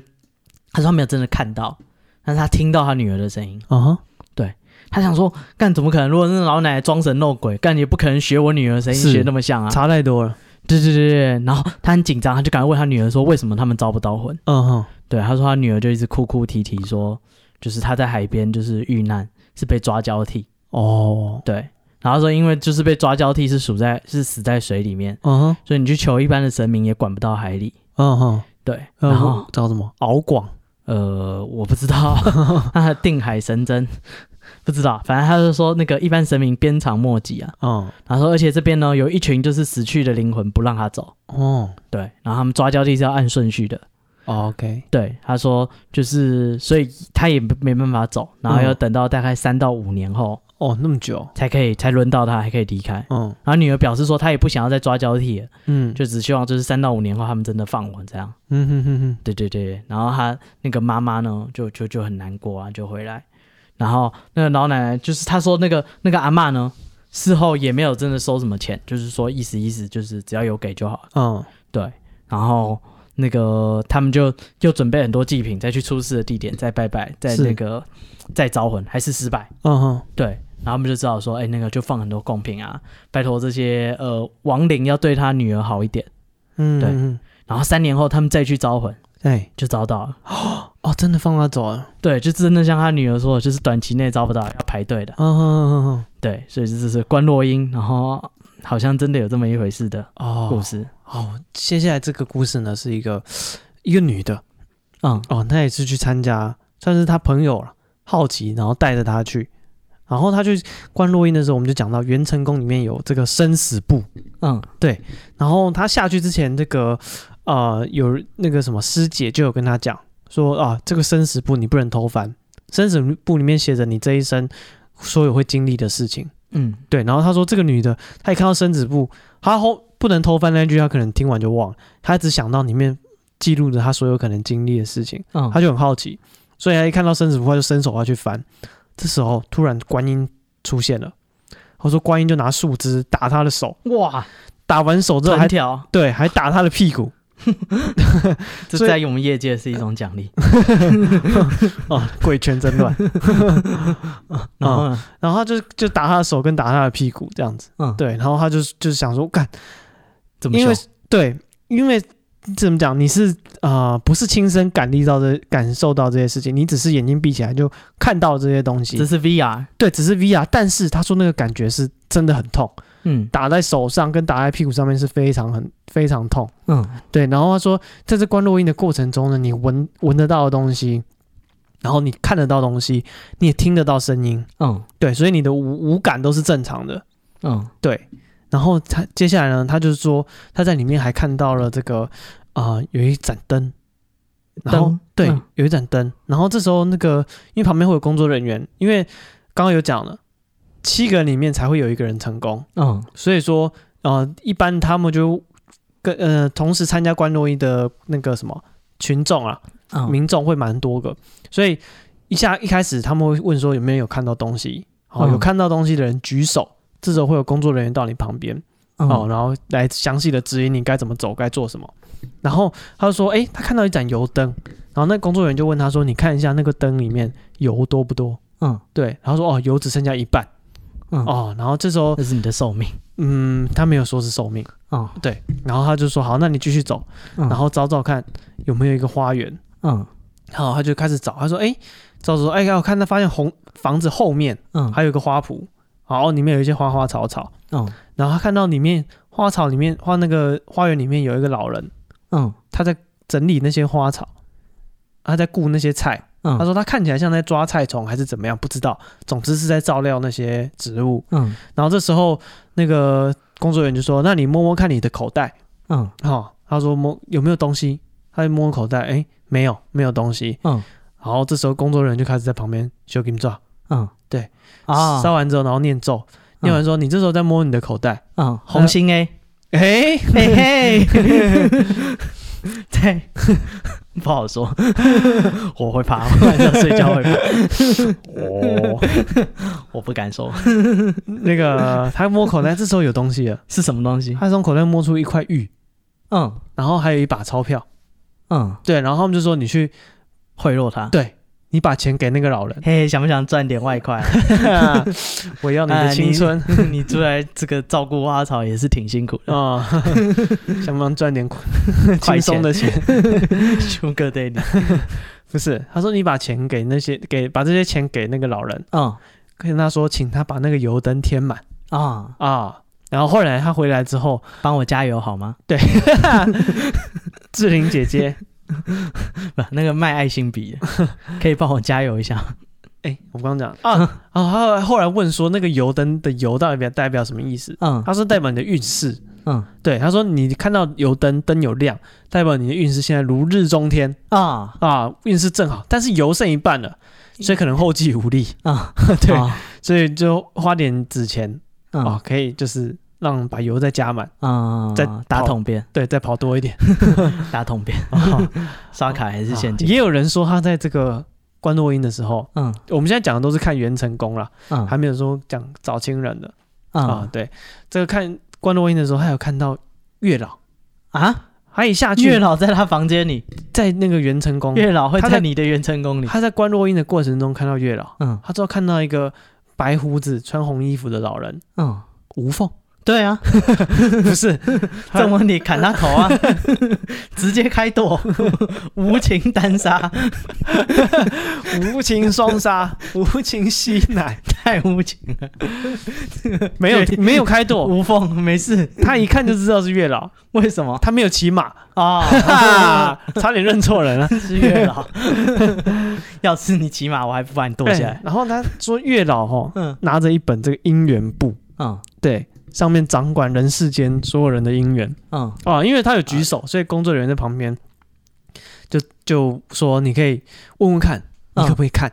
Speaker 2: 他说他没有真的看到，但是他听到他女儿的声音，
Speaker 1: 哦哈，
Speaker 2: 他想说干怎么可能？如果是老奶奶装神弄鬼，干也不可能学我女儿的声音
Speaker 1: 是
Speaker 2: 学那么像啊！
Speaker 1: 差太多了，
Speaker 2: 对对对对，然后他很紧张，他就赶快问他女儿说为什么他们招不到魂？
Speaker 1: 嗯哼，
Speaker 2: 对，他说他女儿就一直哭哭啼啼说，就是他在海边就是遇难，是被抓交替，
Speaker 1: 哦，
Speaker 2: 对，然后说因为就是被抓交替是属在是死在水里面，
Speaker 1: 嗯哼，
Speaker 2: 所以你去求一般的神明也管不到海里。
Speaker 1: 嗯哼，
Speaker 2: 对，
Speaker 1: 呃
Speaker 2: 然后
Speaker 1: 我叫什么？敖广，
Speaker 2: 呃，我不知道， <laughs> 那定海神针 <laughs> 不知道，反正他就说那个一般神明鞭长莫及啊。
Speaker 1: 嗯，
Speaker 2: 然后说，而且这边呢有一群就是死去的灵魂不让他走，
Speaker 1: 哦
Speaker 2: 对，然后他们抓交替是要按顺序的，
Speaker 1: 哦，OK，
Speaker 2: 对，他说就是，所以他也没办法走，然后要
Speaker 1: 嗯
Speaker 2: 等到大概三到五年后
Speaker 1: 哦，那么久，
Speaker 2: 才可以才轮到他还可以离开。
Speaker 1: 嗯
Speaker 2: 然后女儿表示说，她也不想要再抓交替了，
Speaker 1: 嗯，
Speaker 2: 就只希望就是三到五年后他们真的放我这样。
Speaker 1: 嗯哼哼哼，
Speaker 2: 对对对，然后他那个妈妈呢，就就就很难过啊，就回来。然后那个老奶奶就是她说那个那个阿嬷呢，事后也没有真的收什么钱，就是说意思意思，就是只要有给就好了。
Speaker 1: 嗯，
Speaker 2: 对，然后那个他们就又准备很多祭品，再去出事的地点再拜拜，再
Speaker 1: 是
Speaker 2: 那个再招魂，还是失败。
Speaker 1: 嗯哼，
Speaker 2: 对，然后他们就知道说，哎，那个就放很多贡品啊，拜托这些呃亡灵要对他女儿好一点。
Speaker 1: 嗯，
Speaker 2: 对
Speaker 1: 嗯，
Speaker 2: 然后三年后他们再去招魂，
Speaker 1: 哎、
Speaker 2: 就招到了。
Speaker 1: 哦，真的放他走了，
Speaker 2: 对，就真的像他女儿说的，就是短期内招不到，要排队的。
Speaker 1: 嗯哼哼哼，
Speaker 2: 对，所以这就是关落英，然后好像真的有这么一回事的
Speaker 1: 哦，
Speaker 2: 故事。
Speaker 1: 哦，接下来这个故事呢，是一个一个女的
Speaker 2: 嗯，
Speaker 1: 哦，她也是去参加，算是她朋友了，好奇，然后带着她去，然后她去观落音的时候，我们就讲到元成宫里面有这个生死簿，
Speaker 2: 嗯，
Speaker 1: 然后她下去之前，这个呃有那个什么师姐就有跟她讲说啊，这个生死簿你不能偷翻，生死簿里面写着你这一生所有会经历的事情。
Speaker 2: 嗯
Speaker 1: 对，然后她说这个女的，她一看到生子部，她后不能偷翻那句，她可能听完就忘了，她只想到里面记录着她所有可能经历的事情，
Speaker 2: 嗯，
Speaker 1: 她就很好奇，所以她一看到生子部，她就伸手要去翻。这时候突然观音出现了，她说观音就拿树枝打她的手，
Speaker 2: 嗯哇，
Speaker 1: 打完手之后
Speaker 2: 藤
Speaker 1: 还
Speaker 2: 条，
Speaker 1: 对还打她的屁
Speaker 2: <laughs>
Speaker 1: 股，
Speaker 2: 这
Speaker 1: 所以
Speaker 2: 在我们业界是一种奖
Speaker 1: 嗯
Speaker 2: 励。
Speaker 1: 哦，鬼拳真
Speaker 2: <laughs>
Speaker 1: 乱。嗯
Speaker 2: 然后呢，
Speaker 1: 然后她就就打她的手跟打她的屁股这样子，
Speaker 2: 嗯，，
Speaker 1: 对，然后她就就是想说，干
Speaker 2: 怎么
Speaker 1: 因
Speaker 2: 凶
Speaker 1: 为？对，因为怎么讲，你是啊、呃不是亲身感历到这感受到这些事情，你只是眼睛闭起来就看到这些东
Speaker 2: 这
Speaker 1: 西。
Speaker 2: 是 VR，
Speaker 1: 对，只是 VR，但是他说那个感觉是真的很痛，
Speaker 2: 嗯
Speaker 1: 打在手上跟打在屁股上面是非常很非常痛。
Speaker 2: 嗯
Speaker 1: 对，然后他说在这观落音的过程中呢，你闻闻得到的东西，然后你看得到东西，你也听得到声音，
Speaker 2: 嗯
Speaker 1: 对，所以你的五五感都是正常的。
Speaker 2: 嗯，
Speaker 1: 对，然后他接下来呢，他就是说他在里面还看到了这个啊、呃有一盏灯，然后
Speaker 2: 灯
Speaker 1: 对，
Speaker 2: 嗯
Speaker 1: 有一盏灯，然后这时候那个因为旁边会有工作人员，因为刚刚有讲了，七个人里面才会有一个人成功，
Speaker 2: 嗯
Speaker 1: 所以说呃一般他们就跟呃同时参加关洛伊的那个什么群众啊，
Speaker 2: 嗯，
Speaker 1: 民众会蛮多个，所以一下一开始他们会问说有没有有看到东西，好、
Speaker 2: 嗯
Speaker 1: 有看到东西的人举手，这时候会有工作人员到你旁边，
Speaker 2: 嗯
Speaker 1: 哦，然后来详细的指引你该怎么走，该做什么。然后他就说，诶，他看到一盏油灯，然后那工作人员就问他说，你看一下那个灯里面油多不多？
Speaker 2: 嗯
Speaker 1: 对，然后说哦，油只剩下一半
Speaker 2: 嗯，哦，
Speaker 1: 哦，然后这时候
Speaker 2: 那是你的寿命。
Speaker 1: 嗯，他没有说是寿命，
Speaker 2: 哦，
Speaker 1: 对，然后他就说好，那你继续走，
Speaker 2: 然
Speaker 1: 然后找找看有没有一个花园，
Speaker 2: 嗯
Speaker 1: 然后他就开始找，他说：“哎，找找，哎，我看他发现红房子后面
Speaker 2: 嗯，
Speaker 1: 还有一个花圃，然后里面有一些花花草草，
Speaker 2: 嗯
Speaker 1: 然后他看到里面花草里面花那个花园里面有一个老人，
Speaker 2: 嗯
Speaker 1: 他在整理那些花草，他在顾那些菜。
Speaker 2: 嗯
Speaker 1: 他说他看起来像在抓菜虫还是怎么样，不知道。总之是在照料那些植物。
Speaker 2: 嗯
Speaker 1: 然后这时候那个工作人员就说：“那你摸摸看你的口袋。”
Speaker 2: 嗯
Speaker 1: 哦，他说摸有没有东西，他就摸口袋，哎、没有，没有东西。
Speaker 2: 嗯
Speaker 1: 然后这时候工作人员就开始在旁边修金抓，
Speaker 2: 嗯，
Speaker 1: 对
Speaker 2: 啊，
Speaker 1: 烧完之后，然后念咒，念完说、你这时候在摸你的口袋，
Speaker 2: 嗯，红心 A，
Speaker 1: 哎、
Speaker 2: 嘿
Speaker 1: <laughs>
Speaker 2: 嘿，<laughs> 对， <laughs> 不好说， <laughs> 我会怕，我晚上睡觉会怕，
Speaker 1: 哦，
Speaker 2: 我不敢说
Speaker 1: <laughs> 那个他摸口袋，这时候有东西了，
Speaker 2: 是什么东西。
Speaker 1: 他从口袋摸出一块玉，
Speaker 2: 嗯
Speaker 1: 然后还有一把钞票，
Speaker 2: 嗯，
Speaker 1: 对，然后他们就说你去，
Speaker 2: 贿赂他。，
Speaker 1: 对你把钱给那个老人
Speaker 2: 嘿，想不想赚点外快？
Speaker 1: <laughs> 我啊要你的
Speaker 2: 哎
Speaker 1: 青春。
Speaker 2: <laughs> 你出来这个照顾花草也是挺辛苦的，
Speaker 1: 啊，想不想赚点快 <laughs>
Speaker 2: 快
Speaker 1: 轻松的
Speaker 2: <laughs>
Speaker 1: 钱？
Speaker 2: 修哥对你。
Speaker 1: 不是，他说你把钱给那些给把这些钱给那个老人，
Speaker 2: 嗯
Speaker 1: 跟他说请他把那个油灯填满
Speaker 2: 啊，
Speaker 1: 啊。然后后来他回来之 <laughs> 后，
Speaker 2: 帮我加油好吗？
Speaker 1: 志玲姐姐，
Speaker 2: <laughs> 不，那个卖爱心笔的，可以帮我加油一下。嗯
Speaker 1: 哎、我刚刚讲啊啊，他后来后来问说那个油灯的油到底代表代表什么意思？
Speaker 2: 嗯
Speaker 1: 他说代表你的运势。
Speaker 2: 嗯
Speaker 1: 对，他说你看到油灯灯有亮，代表你的运势现在如日中天
Speaker 2: 啊
Speaker 1: 啊，运势正好，但是油剩一半了，所以可能后继无力，
Speaker 2: 啊，
Speaker 1: <laughs> 对
Speaker 2: 啊
Speaker 1: 所以就花点纸钱
Speaker 2: 嗯
Speaker 1: 啊，可以就是让把油再加满。
Speaker 2: 啊，
Speaker 1: 在
Speaker 2: 打
Speaker 1: 跑
Speaker 2: 桶边，
Speaker 1: 对，再跑多一 <laughs> 点。
Speaker 2: <laughs> 打桶边，刷卡还是现
Speaker 1: 啊
Speaker 2: 金？
Speaker 1: 也有人说他在这个关落音的时候，
Speaker 2: 嗯
Speaker 1: 我们现在讲的都是看元成功啦，
Speaker 2: 嗯
Speaker 1: 哦还没有说讲早清人的、啊
Speaker 2: 嗯。
Speaker 1: 对，这个看关落音的时候，他有看到月老，
Speaker 2: 啊！
Speaker 1: 他一下
Speaker 2: 月
Speaker 1: 去
Speaker 2: 老在他房间里，
Speaker 1: 在那个元成功，
Speaker 2: 月老会
Speaker 1: 他
Speaker 2: 在
Speaker 1: 在
Speaker 2: 你的元成功里。
Speaker 1: 他在关落音的过程中看到月老，
Speaker 2: 嗯
Speaker 1: 他之后看到一个白胡子穿红衣服的老人
Speaker 2: 嗯，
Speaker 1: 无缝，
Speaker 2: 对啊，
Speaker 1: 不是他
Speaker 2: 郑文你砍他头
Speaker 1: <laughs>
Speaker 2: 啊，直接开剁，无情单杀，
Speaker 1: 无情
Speaker 2: <laughs>
Speaker 1: 双杀，无情吸奶，
Speaker 2: 太无情了。
Speaker 1: 没有
Speaker 2: 对
Speaker 1: 没有开剁，
Speaker 2: 无缝没事，
Speaker 1: 他一看就知道是月老，
Speaker 2: 为什么
Speaker 1: 他没有骑马，
Speaker 2: 啊？
Speaker 1: <laughs> 差点认错人了。啊
Speaker 2: 是月老， <laughs> 要是你骑马，我还不把你剁下
Speaker 1: 哎
Speaker 2: 来。
Speaker 1: 然后他说月老哈、
Speaker 2: 嗯
Speaker 1: 拿着一本这个姻缘簿，
Speaker 2: 嗯
Speaker 1: 对，上面掌管人世间所有人的姻缘
Speaker 2: 嗯
Speaker 1: 啊。因为他有举手，所以工作人员在旁边就就说你可以问问看，你可不可以看？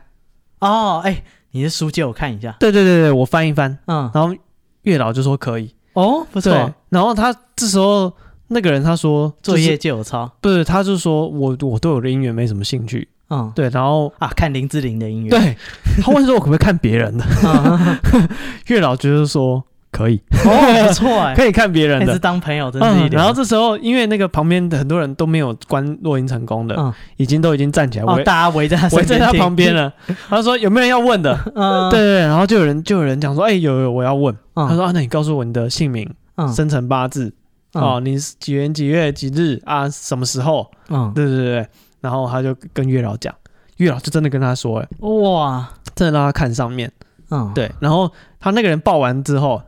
Speaker 2: 哦，哎、你的书借我看一下。
Speaker 1: 对对对对，我翻一翻。
Speaker 2: 嗯
Speaker 1: 然后月老就说可以，
Speaker 2: 哦，不
Speaker 1: 对
Speaker 2: 错，。
Speaker 1: 然后他这时候那个人他说
Speaker 2: 作
Speaker 1: 就
Speaker 2: 业
Speaker 1: 是
Speaker 2: 借我抄。
Speaker 1: 不是，他就说我我对我的姻缘没什么兴趣，
Speaker 2: 嗯，
Speaker 1: 对，然后。
Speaker 2: 啊，看林志玲的音乐。 <laughs>
Speaker 1: 对，他问说我可不可以看别人的？ <laughs>
Speaker 2: 嗯，
Speaker 1: 月老就是说可以，
Speaker 2: 哦，不错
Speaker 1: <laughs>
Speaker 2: 哎、
Speaker 1: 可以看别人
Speaker 2: 还
Speaker 1: 的
Speaker 2: 是。当朋友真是
Speaker 1: 嗯
Speaker 2: 一，点。
Speaker 1: 然后这时候，因为那个旁边的很多人都没有关落音成功的，
Speaker 2: 嗯
Speaker 1: 已经都已经站起来
Speaker 2: 哦，
Speaker 1: 围
Speaker 2: 大家围在他身
Speaker 1: 围在他
Speaker 2: 听
Speaker 1: 旁边。了。他说有没有人要问的？
Speaker 2: <laughs> 嗯，
Speaker 1: 对对对，然后就有人就有人讲说，哎、有有我要问。
Speaker 2: 嗯，
Speaker 1: 他说啊，那你告诉我你的姓名、
Speaker 2: 嗯
Speaker 1: 生辰八字哦，，你是几年几月几日啊？什么时候？
Speaker 2: 嗯
Speaker 1: 对对对对，然后他就跟月老讲，月老就真的跟他说、哎，
Speaker 2: 嗯，哇，
Speaker 1: 真的让他看上面。
Speaker 2: 嗯，，
Speaker 1: 对，然后他那个人报完之后，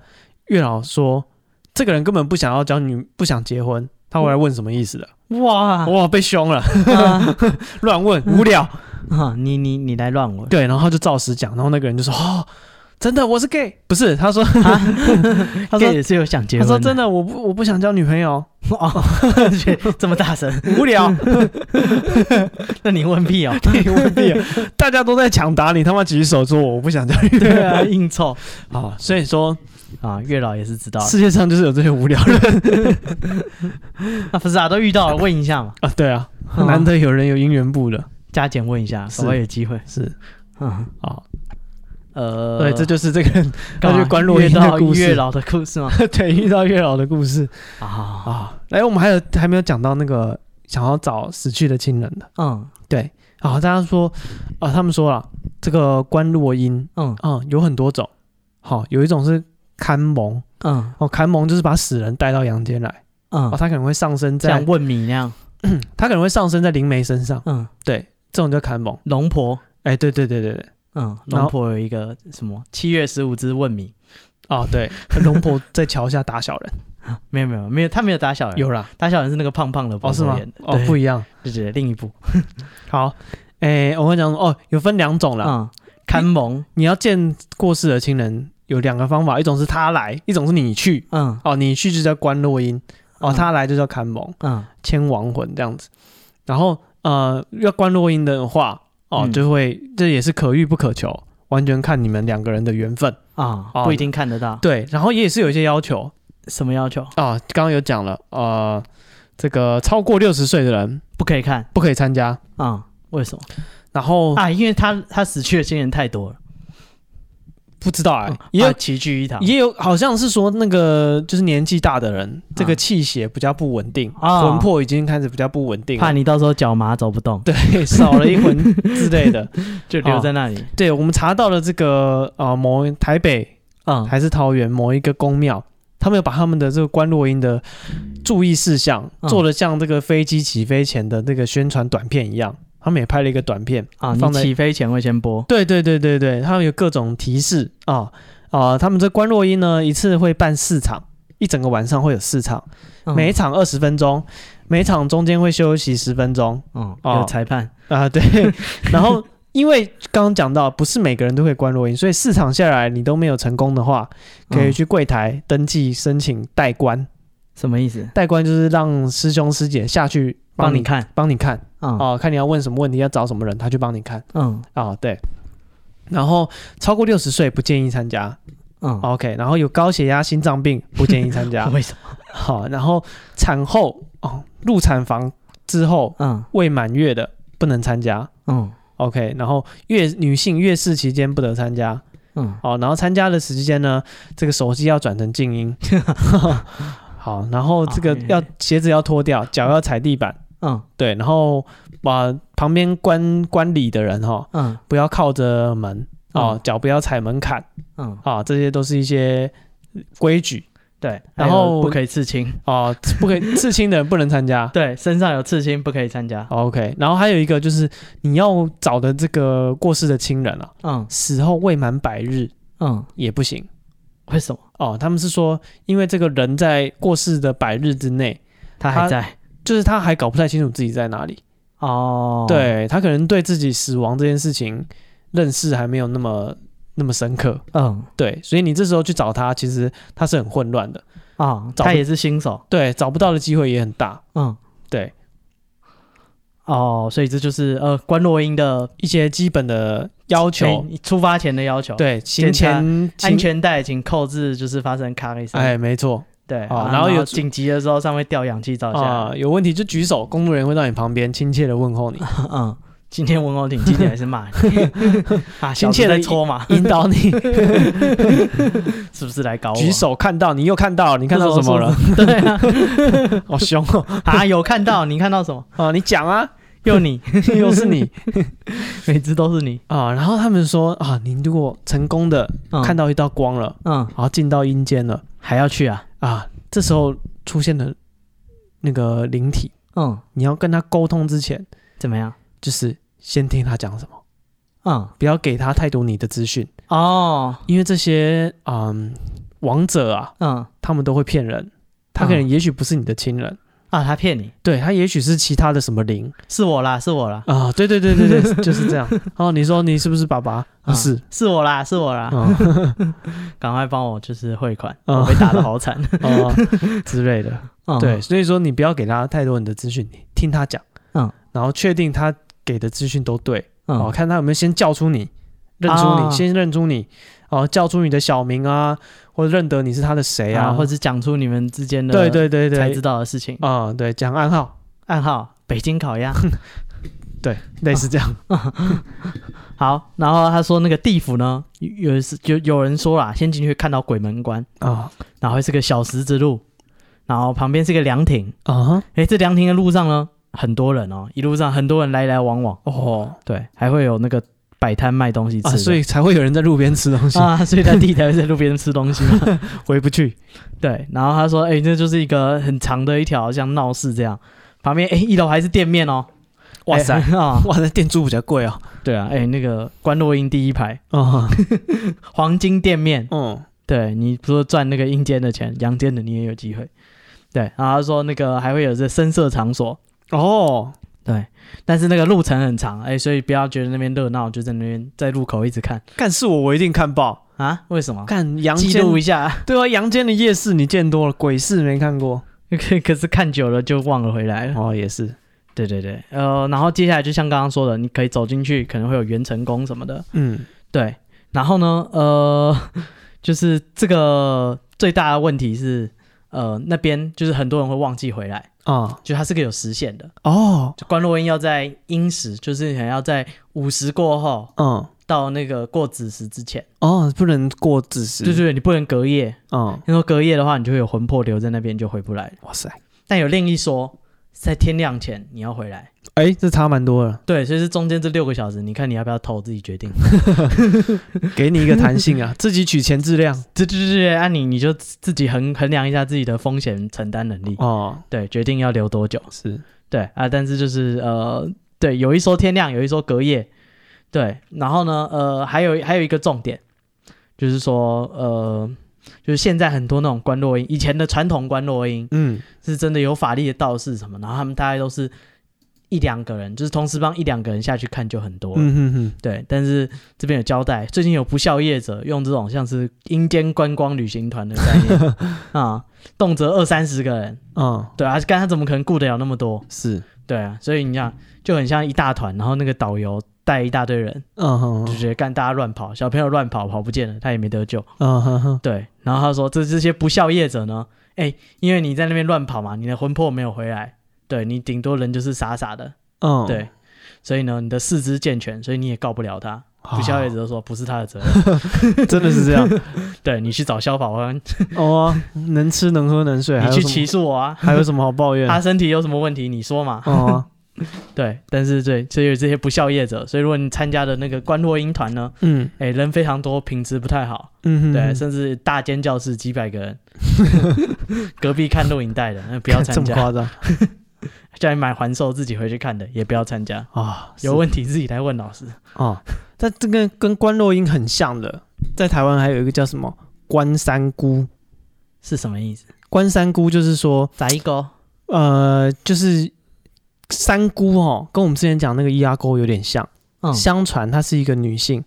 Speaker 1: 月老说这个人根本不想要交女，不想结婚，他回来问什么意思啊的？
Speaker 2: 哇，
Speaker 1: 哇，被凶了， <laughs>
Speaker 2: 啊
Speaker 1: 乱问，无聊。
Speaker 2: 啊你你你来乱我，
Speaker 1: 对，然后他就照实讲，然后那个人就说哦。真的，我是 gay，不是？他说，
Speaker 2: 啊他
Speaker 1: <laughs> 他
Speaker 2: 说
Speaker 1: 说，
Speaker 2: 也是有想结
Speaker 1: 他
Speaker 2: 婚，
Speaker 1: 说真
Speaker 2: 的，
Speaker 1: 的，我不，我不想交女朋友，
Speaker 2: 哦， <laughs> 这么大声， <laughs>
Speaker 1: 无聊，
Speaker 2: 那你问屁哦，
Speaker 1: 你问屁啊！大家都在抢答，你他妈举手说我不想交女朋
Speaker 2: <laughs> 对
Speaker 1: 友
Speaker 2: 啊，硬凑
Speaker 1: 啊！所以说，
Speaker 2: 啊，月老也是知道的，
Speaker 1: 世界上就是有这些无聊人
Speaker 2: 啊，不是啊，都遇到了，问一下嘛，
Speaker 1: 啊！对啊，
Speaker 2: 嗯
Speaker 1: 难得有人有姻缘簿的，
Speaker 2: 加减问一下，
Speaker 1: 是
Speaker 2: 我有机会，
Speaker 1: 是
Speaker 2: 嗯，
Speaker 1: 啊，
Speaker 2: 呃，
Speaker 1: 对，这就是这个人
Speaker 2: <laughs> 干嘛
Speaker 1: 那就关洛
Speaker 2: 啊月
Speaker 1: 英的
Speaker 2: 老
Speaker 1: 故事
Speaker 2: 月老的故事吗？
Speaker 1: 对，遇到月老的故事
Speaker 2: <laughs> 啊，
Speaker 1: 啊。来，我们还有还没有讲到那个想要找死去的亲人的。
Speaker 2: 嗯
Speaker 1: 对，啊，大家说啊，他们说了，这个观落音
Speaker 2: 嗯
Speaker 1: 啊、有很多种，好、有一种是看蒙
Speaker 2: 嗯
Speaker 1: 哦，看蒙就是把死人带到阳间来哦，
Speaker 2: 嗯，
Speaker 1: 他可能会上升在
Speaker 2: 像，问米那样，
Speaker 1: 他可能会上升在灵媒身上，
Speaker 2: 嗯，
Speaker 1: 对，这种叫看蒙。
Speaker 2: 龙婆。
Speaker 1: 哎，对对对对对，
Speaker 2: 嗯，
Speaker 1: 然后
Speaker 2: 龙婆有一个什么七月十五只问米，
Speaker 1: 啊哦
Speaker 2: <laughs>
Speaker 1: 对，龙婆在桥下打小人，
Speaker 2: 没有没有没有，他啊没有打小人，
Speaker 1: 有啦，
Speaker 2: 打小人是那个胖胖的
Speaker 1: 哦
Speaker 2: 博
Speaker 1: 是
Speaker 2: 士
Speaker 1: 吗
Speaker 2: 哎演的？，
Speaker 1: 哦
Speaker 2: 对
Speaker 1: 不一样。
Speaker 2: 对对，对另一部
Speaker 1: 好，诶、我跟你讲哦，有分两种啦。
Speaker 2: 啊，看蒙，
Speaker 1: 你要见过世的亲人有两个方法，一种是他来，一种是你去。
Speaker 2: 嗯
Speaker 1: 哦，你去就叫观落阴，哦，
Speaker 2: 嗯
Speaker 1: 他来就叫看蒙。
Speaker 2: 嗯
Speaker 1: 牵亡魂这样子。然后呃，要关落音的话，哦，
Speaker 2: 嗯
Speaker 1: 就会这也是可遇不可求，完全看你们两个人的缘分。
Speaker 2: 啊，
Speaker 1: 哦
Speaker 2: 不一定看得到，
Speaker 1: 对，然后也是有一些要求
Speaker 2: 什么要求
Speaker 1: 啊、刚刚有讲了，呃，这个超过六十岁的人
Speaker 2: 不可以看
Speaker 1: 不可以参加。
Speaker 2: 啊？为什么
Speaker 1: 然后、
Speaker 2: 啊？因为他他死去的亲人太多了，
Speaker 1: 不知道哎、
Speaker 2: 啊
Speaker 1: 也有、
Speaker 2: 啊齐聚一堂，
Speaker 1: 也有好像是说那个就是年纪大的人，这个
Speaker 2: 啊
Speaker 1: 气血比较不稳定，
Speaker 2: 啊
Speaker 1: 魂魄已经开始比较不稳定
Speaker 2: 怕
Speaker 1: 了，
Speaker 2: 你到时候脚麻走不动，
Speaker 1: 对，少了一魂之类的。
Speaker 2: 就留在那里。
Speaker 1: 对我们查到了这个呃某台北
Speaker 2: 嗯
Speaker 1: 还是桃园某一个宫庙，他们有把他们的这个观落音的注意事项、
Speaker 2: 嗯
Speaker 1: 做的像这个飞机起飞前的那个宣传短片一样，他们也拍了一个短片
Speaker 2: 啊，
Speaker 1: 放
Speaker 2: 你
Speaker 1: 在
Speaker 2: 起飞前会先播
Speaker 1: 对对对对对，他们有各种提示啊啊、他们这观落音呢一次会办四场，一整个晚上会有四场，每一
Speaker 2: 没
Speaker 1: 场二十分钟，每一场中间会休息十分钟
Speaker 2: 嗯
Speaker 1: 哦
Speaker 2: 有裁判
Speaker 1: 啊、对， <laughs> 然后。因为刚刚讲到，不是每个人都会观落音，所以四场下来你都没有成功的话，可以
Speaker 2: 嗯
Speaker 1: 去柜台登记申请代观。
Speaker 2: 什么意思？
Speaker 1: 代观就是让师兄师姐下去
Speaker 2: 帮
Speaker 1: 帮
Speaker 2: 你
Speaker 1: 你
Speaker 2: 看
Speaker 1: 帮你看
Speaker 2: 啊
Speaker 1: 哦、看你要问什么问题，要找什么人，他去帮你看
Speaker 2: 嗯
Speaker 1: 啊、对。然后超过六十岁不建议参加、
Speaker 2: 嗯
Speaker 1: o k 然后有高血压、心脏病不建议参
Speaker 2: <laughs>
Speaker 1: 加。
Speaker 2: 为什么？
Speaker 1: 好、然后产后哦，入产房之后
Speaker 2: 嗯
Speaker 1: 未满月的不能参加
Speaker 2: 嗯
Speaker 1: ，OK。然后月女性月事期间不得参加，
Speaker 2: 嗯
Speaker 1: 哦，然后参加的时间呢，这个手机要转成静音。 <laughs> 好，然后这个
Speaker 2: 啊
Speaker 1: 要鞋子要脱掉，脚要踩地板，
Speaker 2: 嗯
Speaker 1: 对，然后把、旁边观观礼的人哈、哦，
Speaker 2: 嗯
Speaker 1: 不要靠着门哦
Speaker 2: 嗯，
Speaker 1: 脚不要踩门槛
Speaker 2: 嗯，
Speaker 1: 啊、这些都是一些规矩
Speaker 2: 对，
Speaker 1: 然
Speaker 2: 还有
Speaker 1: 后
Speaker 2: 不可以刺青，
Speaker 1: 哦，不可以 <laughs> 刺青的人不能参加。
Speaker 2: 对，身上有刺青不可以参加。
Speaker 1: OK，然后还有一个就是你要找的这个过世的亲人啊，
Speaker 2: 嗯
Speaker 1: 死后未满百日
Speaker 2: 嗯，
Speaker 1: 也不行。
Speaker 2: 为什么
Speaker 1: 哦，他们是说，因为这个人在过世的百日之内，
Speaker 2: 他
Speaker 1: 他
Speaker 2: 还在？
Speaker 1: 就是他还搞不太清楚自己在哪里，
Speaker 2: 哦，，
Speaker 1: 对他可能对自己死亡这件事情认识还没有那么那么深刻，
Speaker 2: 嗯
Speaker 1: 对，所以你这时候去找他，其实他是很混乱的，
Speaker 2: 啊，
Speaker 1: 找
Speaker 2: 他
Speaker 1: 不
Speaker 2: 也是新手，
Speaker 1: 对，找不到的机会也很大，
Speaker 2: 嗯
Speaker 1: 对，
Speaker 2: 哦，所以这就是呃关洛英的
Speaker 1: 一些基本的要求，
Speaker 2: 哎出发前的要求，，
Speaker 1: 对，行前
Speaker 2: 安
Speaker 1: 行，
Speaker 2: 全带请扣至，就是发生咔的一声，
Speaker 1: 哎，没错
Speaker 2: 对，
Speaker 1: 哦
Speaker 2: 啊
Speaker 1: 然后有
Speaker 2: 紧急的时候上面掉氧气罩下来
Speaker 1: 啊、，有问题就举手，工作人员会到你旁边亲切的问候
Speaker 2: <laughs>
Speaker 1: 你，
Speaker 2: 嗯，今天文偶挺，今天还是骂 <laughs> 你啊，
Speaker 1: 亲切地
Speaker 2: 小子在搓嘛，
Speaker 1: 引导你
Speaker 2: 是不是来搞我？
Speaker 1: 举，手，看到你又看到，你看到什么了？？
Speaker 2: <laughs> 对啊，
Speaker 1: 好凶
Speaker 2: <laughs>
Speaker 1: 哦！
Speaker 2: 啊，有看到，你看到什么？
Speaker 1: 啊，你讲啊，
Speaker 2: 又你，
Speaker 1: <laughs> 又是你
Speaker 2: <laughs> 每次都是你，
Speaker 1: 啊。然后他们说啊，您如果成功的
Speaker 2: 嗯
Speaker 1: 看，到一道光了，
Speaker 2: 嗯，
Speaker 1: 然后进到阴间了
Speaker 2: 还要去啊，
Speaker 1: 啊，这时候出现了那个灵体，
Speaker 2: 嗯，
Speaker 1: 你要跟他沟通之前，
Speaker 2: 怎么样？
Speaker 1: 就是先听他讲什么，
Speaker 2: 嗯，
Speaker 1: 不要给他太多你的资讯，
Speaker 2: 哦，
Speaker 1: 因为这些嗯王者啊，
Speaker 2: 嗯，
Speaker 1: 他们都会骗人，他可能也许不是你的亲人。
Speaker 2: 啊，他骗你，
Speaker 1: 对他也许是其他的什么灵
Speaker 2: 是我啦，是我啦，
Speaker 1: 啊，对对对对对，就是这
Speaker 2: <laughs>
Speaker 1: 样。然后你说你是不是爸爸？不
Speaker 2: 啊
Speaker 1: 是，
Speaker 2: 是我啦，是我啦，
Speaker 1: 嗯，
Speaker 2: 赶快帮我就是汇款，
Speaker 1: 嗯
Speaker 2: 我被打的好惨，
Speaker 1: 啊、之类的。
Speaker 2: <laughs> 嗯
Speaker 1: 对，，所以说你不要给他太多你的资讯，你听他讲，
Speaker 2: 嗯，
Speaker 1: 然后确定他给的资讯都对，哦，
Speaker 2: 嗯，
Speaker 1: 看他有没有先叫出你，认出你，
Speaker 2: 啊
Speaker 1: 先认出你，哦，叫出你的小名啊，或者认得你是他的谁啊，
Speaker 2: 啊，或者讲出你们之间的
Speaker 1: 对对对
Speaker 2: 才
Speaker 1: 对
Speaker 2: 知，道的事情，
Speaker 1: 啊、对，讲暗号，
Speaker 2: 暗号北京烤鸭。
Speaker 1: 对，类似这样，
Speaker 2: 好，然后他说那个地府呢，有有有有人说啦，先进去看到鬼门关，
Speaker 1: 啊
Speaker 2: 然后是个小石子路，然后旁边是个凉亭，
Speaker 1: 啊，
Speaker 2: 诶，这凉亭的路上呢，很多人哦，一路上很多人来来往往，
Speaker 1: 哦，
Speaker 2: 对，还会有那个摆摊卖东西吃的、
Speaker 1: 啊，所以才会有人在路边吃东西，
Speaker 2: 啊，所以他弟才会在路边吃东西嘛，
Speaker 1: <laughs> 回不去，
Speaker 2: 对，然后他说，诶，这就是一个很长的一条像闹市这样，旁边诶，一楼还是店面哦，
Speaker 1: <laughs> 哇塞
Speaker 2: 诶 <laughs> 啊、
Speaker 1: 哇，那店租比较贵啊，
Speaker 2: 对啊，诶，那个关洛英第一排
Speaker 1: 啊，
Speaker 2: 黄金店面，
Speaker 1: 嗯，
Speaker 2: 对你除了赚那个阴间的钱，阳间的你也有机会。对，然后他说那个还会有这深色场所，
Speaker 1: 哦，
Speaker 2: 但是那个路程很长，哎，所以不要觉得那边热闹，就在那边在路口一直看
Speaker 1: 干是我我一定看爆，
Speaker 2: 啊？为什么？
Speaker 1: 干阳
Speaker 2: 记
Speaker 1: 间
Speaker 2: 录一下， <laughs>
Speaker 1: 对啊，阳间的夜市你见多了，鬼市没看过。
Speaker 2: 可可是看久了就忘了回 <laughs> 来了。
Speaker 1: 哦，也是，
Speaker 2: 对对对，呃，然后接下来就像刚刚说的，你可以走进去，可能会有元成功什么的。
Speaker 1: 嗯，
Speaker 2: 对，然后呢，呃， <laughs> 就是这个最大的问题是，呃，那边就是很多人会忘记回来，
Speaker 1: 啊、
Speaker 2: 就它是个有时限的，
Speaker 1: 哦，
Speaker 2: 就关洛音要在阴时，就是可能要在午时过后
Speaker 1: 嗯，
Speaker 2: 到那个过子时之前，
Speaker 1: 哦，不能过子时，
Speaker 2: 对对，对，你不能隔夜，
Speaker 1: 嗯，
Speaker 2: 因为隔夜的话，你就会有魂魄留在那边，就回不来了。
Speaker 1: 哇塞，
Speaker 2: 但有另一说，在天亮前你要回来。
Speaker 1: 哎，这差蛮多
Speaker 2: <laughs>
Speaker 1: 了，
Speaker 2: 对，所以是中间这六个小时，你看你要不要偷，自己决定。
Speaker 1: 给你一个弹性啊， <laughs> 自己取前质量
Speaker 2: 对对对对，啊你你就自己衡衡量一下自己的风险承担能力，
Speaker 1: 哦，
Speaker 2: 对，决定要留多久。
Speaker 1: 是，
Speaker 2: 对啊，但是就是呃，对，有一说天亮，有一说隔夜，对，然后呢，呃，还有还有一个重点，就是说呃，就是现在很多那种观落音，以前的传统观落音
Speaker 1: 嗯，
Speaker 2: 是真的有法力的道士什么，然后他们大概都是一两个人，就是同时帮一两个人下去看就很多了。
Speaker 1: 嗯哼哼，
Speaker 2: 对，但是这边有交代，最近有不孝业者用这种像是阴间观光旅行团的概念啊、动辄二三十个人，
Speaker 1: 嗯，
Speaker 2: 对啊，干他怎么可能顾得了那么多？
Speaker 1: 是，
Speaker 2: 对啊，所以你
Speaker 1: 嗯
Speaker 2: 想就很像一大团，然后那个导游带一大堆人，
Speaker 1: 嗯哼
Speaker 2: 就
Speaker 1: 哼，
Speaker 2: 直接干大家乱跑，小朋友乱跑跑不见了，他也没得救。
Speaker 1: 嗯哼哼，
Speaker 2: 对，然后他说这这些不孝业者呢，哎，因为你在那边乱跑嘛，你的魂魄没有回来，对你顶多人就是傻傻的，
Speaker 1: 嗯，
Speaker 2: 对，所以呢你的四肢健全，所以你也告不了他。
Speaker 1: 啊，
Speaker 2: 不消业者就说不是他的责任，
Speaker 1: <laughs> 真的是这
Speaker 2: <laughs>
Speaker 1: 样，
Speaker 2: 对你去找消保官，
Speaker 1: 哦，能吃能喝能睡，还有
Speaker 2: 你去
Speaker 1: 什么
Speaker 2: 起诉我 <laughs> 啊，
Speaker 1: 还有什么好抱怨？
Speaker 2: 他身体有什么问题你说嘛。
Speaker 1: 哦，
Speaker 2: 对，但是对，所以有这些不孝业者，所以如果你参加的那个观落音团呢，
Speaker 1: 嗯
Speaker 2: 哎，人非常多，品质不太好，
Speaker 1: 嗯哼，
Speaker 2: 对，甚至大尖教室几百个人， <laughs> 隔壁看录影带的，那不要
Speaker 1: 看 <laughs> 这
Speaker 2: 参
Speaker 1: 么
Speaker 2: 加，
Speaker 1: 夸张
Speaker 2: 叫你买环售自己回去看的也不要参加，
Speaker 1: 啊，
Speaker 2: 有
Speaker 1: 是
Speaker 2: 问题自己来问老师。
Speaker 1: 哦，但这个跟关洛音很像的，在台湾还有一个叫什么关山姑，
Speaker 2: 是什么意思？
Speaker 1: 关山姑就是说，
Speaker 2: 咋一勾？
Speaker 1: 呃，就是山姑哦，跟我们之前讲那个伊阿沟有点像。
Speaker 2: 嗯，
Speaker 1: 相传她是一个女性，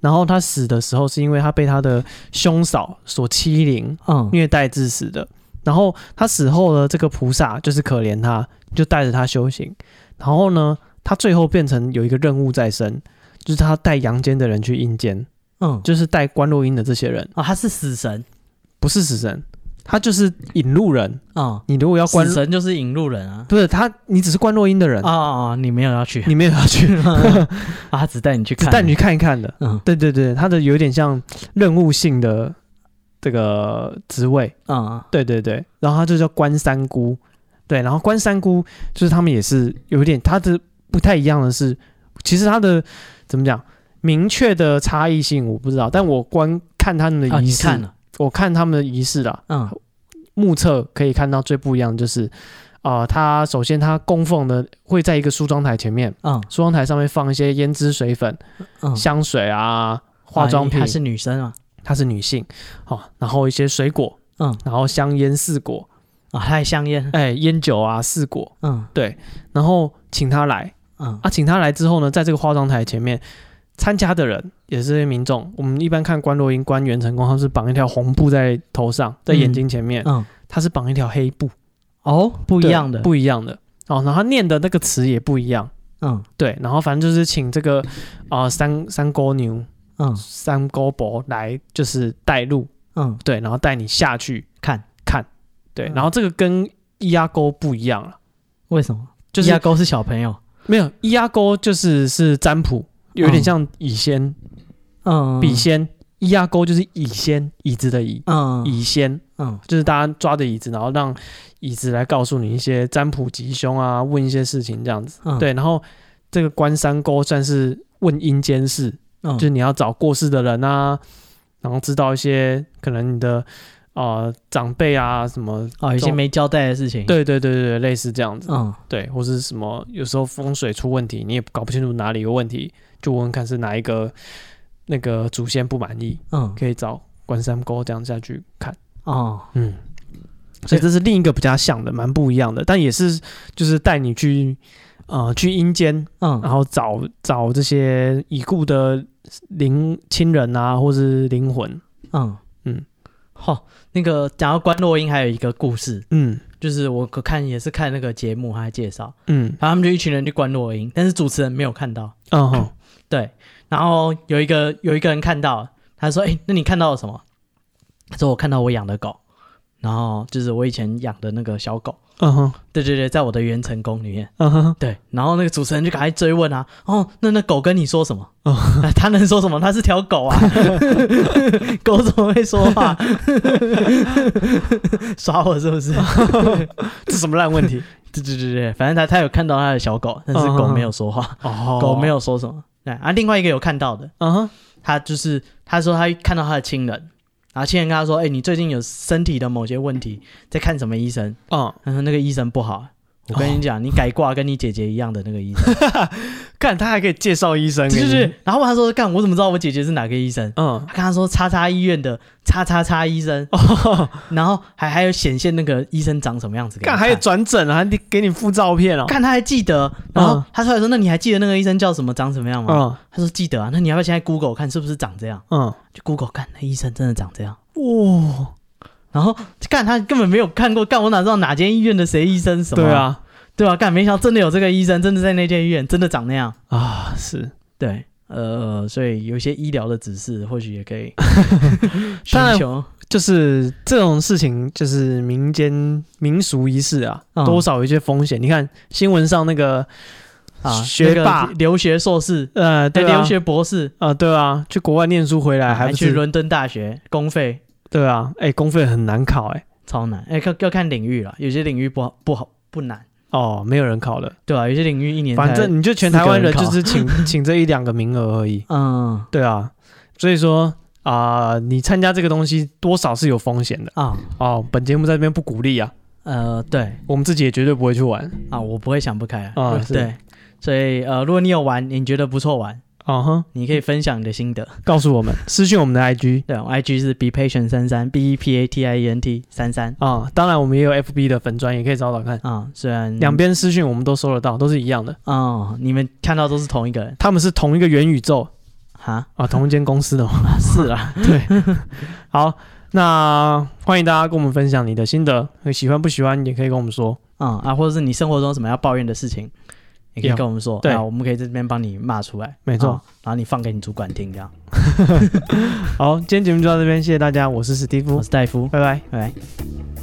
Speaker 1: 然后她死的时候是因为她被她的兄嫂所欺凌、
Speaker 2: 嗯，
Speaker 1: 虐待致死的。然后她死后呢，这个菩萨就是可怜她，就带着她修行。然后呢，她最后变成有一个任务在身，就是她带阳间的人去阴间。
Speaker 2: 嗯，
Speaker 1: 就是带关洛音的这些人，
Speaker 2: 哦，他是死神，
Speaker 1: 不是死神，他就是引路人。
Speaker 2: 嗯，
Speaker 1: 你如果要关
Speaker 2: 死，神就是引路人啊。
Speaker 1: 不是他，你只是关洛音的人，
Speaker 2: 啊啊！啊你没有要去，
Speaker 1: 你没有要去，
Speaker 2: <laughs>
Speaker 1: <laughs>
Speaker 2: 啊，他只带你去
Speaker 1: 只
Speaker 2: 看，
Speaker 1: 带你去看一看的。
Speaker 2: 嗯
Speaker 1: 对对对，他的有点像任务性的这个职位，
Speaker 2: 嗯
Speaker 1: 对对对，然后他就叫关三姑，对，然后关三姑就是他们也是有一点，他的不太一样的是，其实他的怎么讲，明确的差异性我不知道，但我观看他们
Speaker 2: 啊，
Speaker 1: 的仪
Speaker 2: 你
Speaker 1: 式，
Speaker 2: 看了，
Speaker 1: 我看他们的仪式啦，
Speaker 2: 嗯
Speaker 1: 目测可以看到最不一样的就是，啊、他首先他供奉的会在一个梳妆台前面，
Speaker 2: 嗯
Speaker 1: 梳妆台上面放一些胭脂水粉、
Speaker 2: 嗯，
Speaker 1: 香水啊、化妆品，
Speaker 2: 她是女生啊，
Speaker 1: 她是女性，哦，然后一些水果，
Speaker 2: 嗯
Speaker 1: 然后香烟四果，
Speaker 2: 啊，她还香烟，
Speaker 1: 哎，烟酒啊四果，
Speaker 2: 嗯
Speaker 1: 对，然后请她来
Speaker 2: 嗯
Speaker 1: 啊，请她来之后呢，在这个化妆台前面。参加的人也是这些民众，我们一般看关若英、关元成功，他是绑一条红布在头上，在眼睛前面， <laughs>
Speaker 2: 嗯，
Speaker 1: 他是绑一条黑布，
Speaker 2: 哦，不
Speaker 1: 不
Speaker 2: 一样的，
Speaker 1: 不一样的哦。然后他念的那个词也不一样，
Speaker 2: 嗯
Speaker 1: 对。然后反正就是请这个啊、呃三三沟牛、
Speaker 2: 嗯
Speaker 1: 三沟伯来，就是带路，
Speaker 2: 嗯，
Speaker 1: 对，然后带你下去
Speaker 2: 看
Speaker 1: 看，对。
Speaker 2: 嗯
Speaker 1: 然后这个跟伊阿沟不一样了，
Speaker 2: 为什么？
Speaker 1: 就
Speaker 2: 伊阿
Speaker 1: 是
Speaker 2: 沟是小朋友，
Speaker 1: 没有伊阿沟就是是占卜，有点像乙仙、
Speaker 2: 嗯，
Speaker 1: 笔仙。伊阿沟就是乙仙，椅子的椅，
Speaker 2: 嗯
Speaker 1: 乙仙
Speaker 2: 嗯
Speaker 1: 就是大家抓着椅子，然后让椅子来告诉你一些占卜吉凶啊，问一些事情这样子。
Speaker 2: 嗯，
Speaker 1: 对，然后这个关山沟算是问阴间事，
Speaker 2: 嗯，
Speaker 1: 就是你要找过世的人啊，然后知道一些可能你的呃长辈啊什么，
Speaker 2: 哦，有一些没交代的事情，，
Speaker 1: 对对对对对，类似这样子，
Speaker 2: 嗯
Speaker 1: 对，或是什么有时候风水出问题，你也搞不清楚哪里有问题，就问问看是哪一个那个祖先不满意，
Speaker 2: 嗯
Speaker 1: 可以找关山沟这样下去看。
Speaker 2: 哦，
Speaker 1: 嗯，所以这是另一个比较像的，蛮不一样的，但也是就是带你去呃去阴间，然
Speaker 2: 嗯，
Speaker 1: 后找找这些已故的灵亲人啊，或是灵魂。
Speaker 2: 嗯，嗯
Speaker 1: 嗯，
Speaker 2: 好、那个讲到关洛英，还有一个故事，
Speaker 1: 嗯
Speaker 2: 就是我可看也是看那个节目，他还介绍，
Speaker 1: 嗯
Speaker 2: 然后他们就一群人去关洛英，但是主持人没有看到，
Speaker 1: 嗯哼
Speaker 2: 对，然后有一个有一个人看到，他说：“哎、那你看到了什么？”他说：“我看到我养的狗，然后就是我以前养的那个小狗，
Speaker 1: 嗯哼
Speaker 2: 对对对，在我的元成宫里面。”
Speaker 1: 嗯哼，
Speaker 2: 对，然后那个主持人就赶快追问啊，哦，那那狗跟你说什么？
Speaker 1: 哦
Speaker 2: 啊 <laughs> 他能说什么？他是条狗啊， <laughs> 狗怎么会说话？ <laughs> 耍我是不是？
Speaker 1: <laughs> 这什么烂问题？
Speaker 2: 对对对对，反正他他有看到他的小狗，但是狗没有说话，
Speaker 1: 哦
Speaker 2: 狗没，有说什么。对啊，另外一个有看到的，
Speaker 1: 嗯哼
Speaker 2: 他就是他说他看到他的亲人，然后亲人跟他说：“哎、你最近有身体的某些问题，在看什么医生
Speaker 1: 嗯，？”
Speaker 2: 他说：“那个医生不好。”我跟你讲，你改挂跟你姐姐一样的那个医生，
Speaker 1: 干他还可以介绍医生，
Speaker 2: 对对对。然后他说：“干，我怎么知道我姐姐是哪个医生？”
Speaker 1: 嗯
Speaker 2: 他跟他说：“叉叉医院的叉叉叉医生。”然后还还有显现那个医生长什么样子给
Speaker 1: 哦
Speaker 2: 你
Speaker 1: 干
Speaker 2: 看。
Speaker 1: 还有转诊啊，还给你附照片哦。
Speaker 2: 看他还记得，然后
Speaker 1: 嗯
Speaker 2: 他出来说：“那你还记得那个医生叫什么，长什么样吗？”
Speaker 1: 嗯
Speaker 2: 他说：“记得啊。”那你要不要现在 Google 看是不是长这样？
Speaker 1: 嗯，
Speaker 2: 就 Google 看，那医生真的长这样。
Speaker 1: 哇，
Speaker 2: 然后干他根本没有看过，干我哪知道哪间医院的谁医生什么？
Speaker 1: 对，啊
Speaker 2: 对啊，干没想到真的有这个医生，真的在那间医院真的长那样。
Speaker 1: 啊是，
Speaker 2: 对，呃，所以有一些医疗的指示或许也
Speaker 1: <laughs>
Speaker 2: 可以寻
Speaker 1: 当然
Speaker 2: 求。
Speaker 1: 就是这种事情，就是民间民俗仪式啊，
Speaker 2: 嗯
Speaker 1: 多少有一些风险。你看新闻上那个
Speaker 2: 啊，
Speaker 1: 学
Speaker 2: 那个
Speaker 1: 霸
Speaker 2: 留学硕士、
Speaker 1: 呃，
Speaker 2: 对
Speaker 1: 对啊，
Speaker 2: 留学博士，
Speaker 1: 啊，对啊，去国外念书回来还
Speaker 2: 啊还
Speaker 1: 不
Speaker 2: 去
Speaker 1: 是
Speaker 2: 伦敦大学，公费
Speaker 1: 对啊，哎，公费很难考哎，
Speaker 2: 超难。哎，要要看领域了，有些领域不好不好不难，
Speaker 1: 哦，没有人考了，
Speaker 2: 对吧、有些领域一年才
Speaker 1: 反正你就全
Speaker 2: 四个
Speaker 1: 台湾
Speaker 2: 人
Speaker 1: 人就
Speaker 2: 考
Speaker 1: 是请
Speaker 2: <laughs>
Speaker 1: 请这一两个名额而已，
Speaker 2: 嗯
Speaker 1: 对啊，所以说啊、你参加这个东西多少是有风险的
Speaker 2: 啊
Speaker 1: 哦。本节目在这边不鼓励啊，
Speaker 2: 呃对
Speaker 1: 我们自己也绝对不会去玩。
Speaker 2: 啊，我不会想不开啊
Speaker 1: 啊是
Speaker 2: 对，所以呃，如果你有玩，你觉得不错玩，
Speaker 1: 啊哈，
Speaker 2: 你可以分享你的心得。
Speaker 1: 告诉我们，私讯我们的 IG
Speaker 2: 对，我 IG 是 be patient 三三 b e p a t i e n t 三三
Speaker 1: 啊、当然我们也有 FB 的粉砖，也可以找找看。
Speaker 2: 啊，虽然
Speaker 1: 两边私讯我们都收得到，都是一样的。
Speaker 2: 哦，你们看到都是同一个人
Speaker 1: 他们是同一个元宇宙
Speaker 2: 哈，
Speaker 1: 啊，同一间公司的嘛。
Speaker 2: 是啊，
Speaker 1: 好，那欢迎大家跟我们分享你的心得，喜欢不喜欢也可以跟我们说。
Speaker 2: 嗯啊，或者是你生活中有什么要抱怨的事情，你可以
Speaker 1: 有
Speaker 2: 跟我们说，
Speaker 1: 对
Speaker 2: 啊，我们可以在这边帮你骂出来，
Speaker 1: 没错
Speaker 2: 啊然后你放给你主管听，这样。
Speaker 1: 好，今天节目就到这边，谢谢大家，我是史蒂夫
Speaker 2: 我，是戴夫，
Speaker 1: 拜拜。
Speaker 2: 拜拜。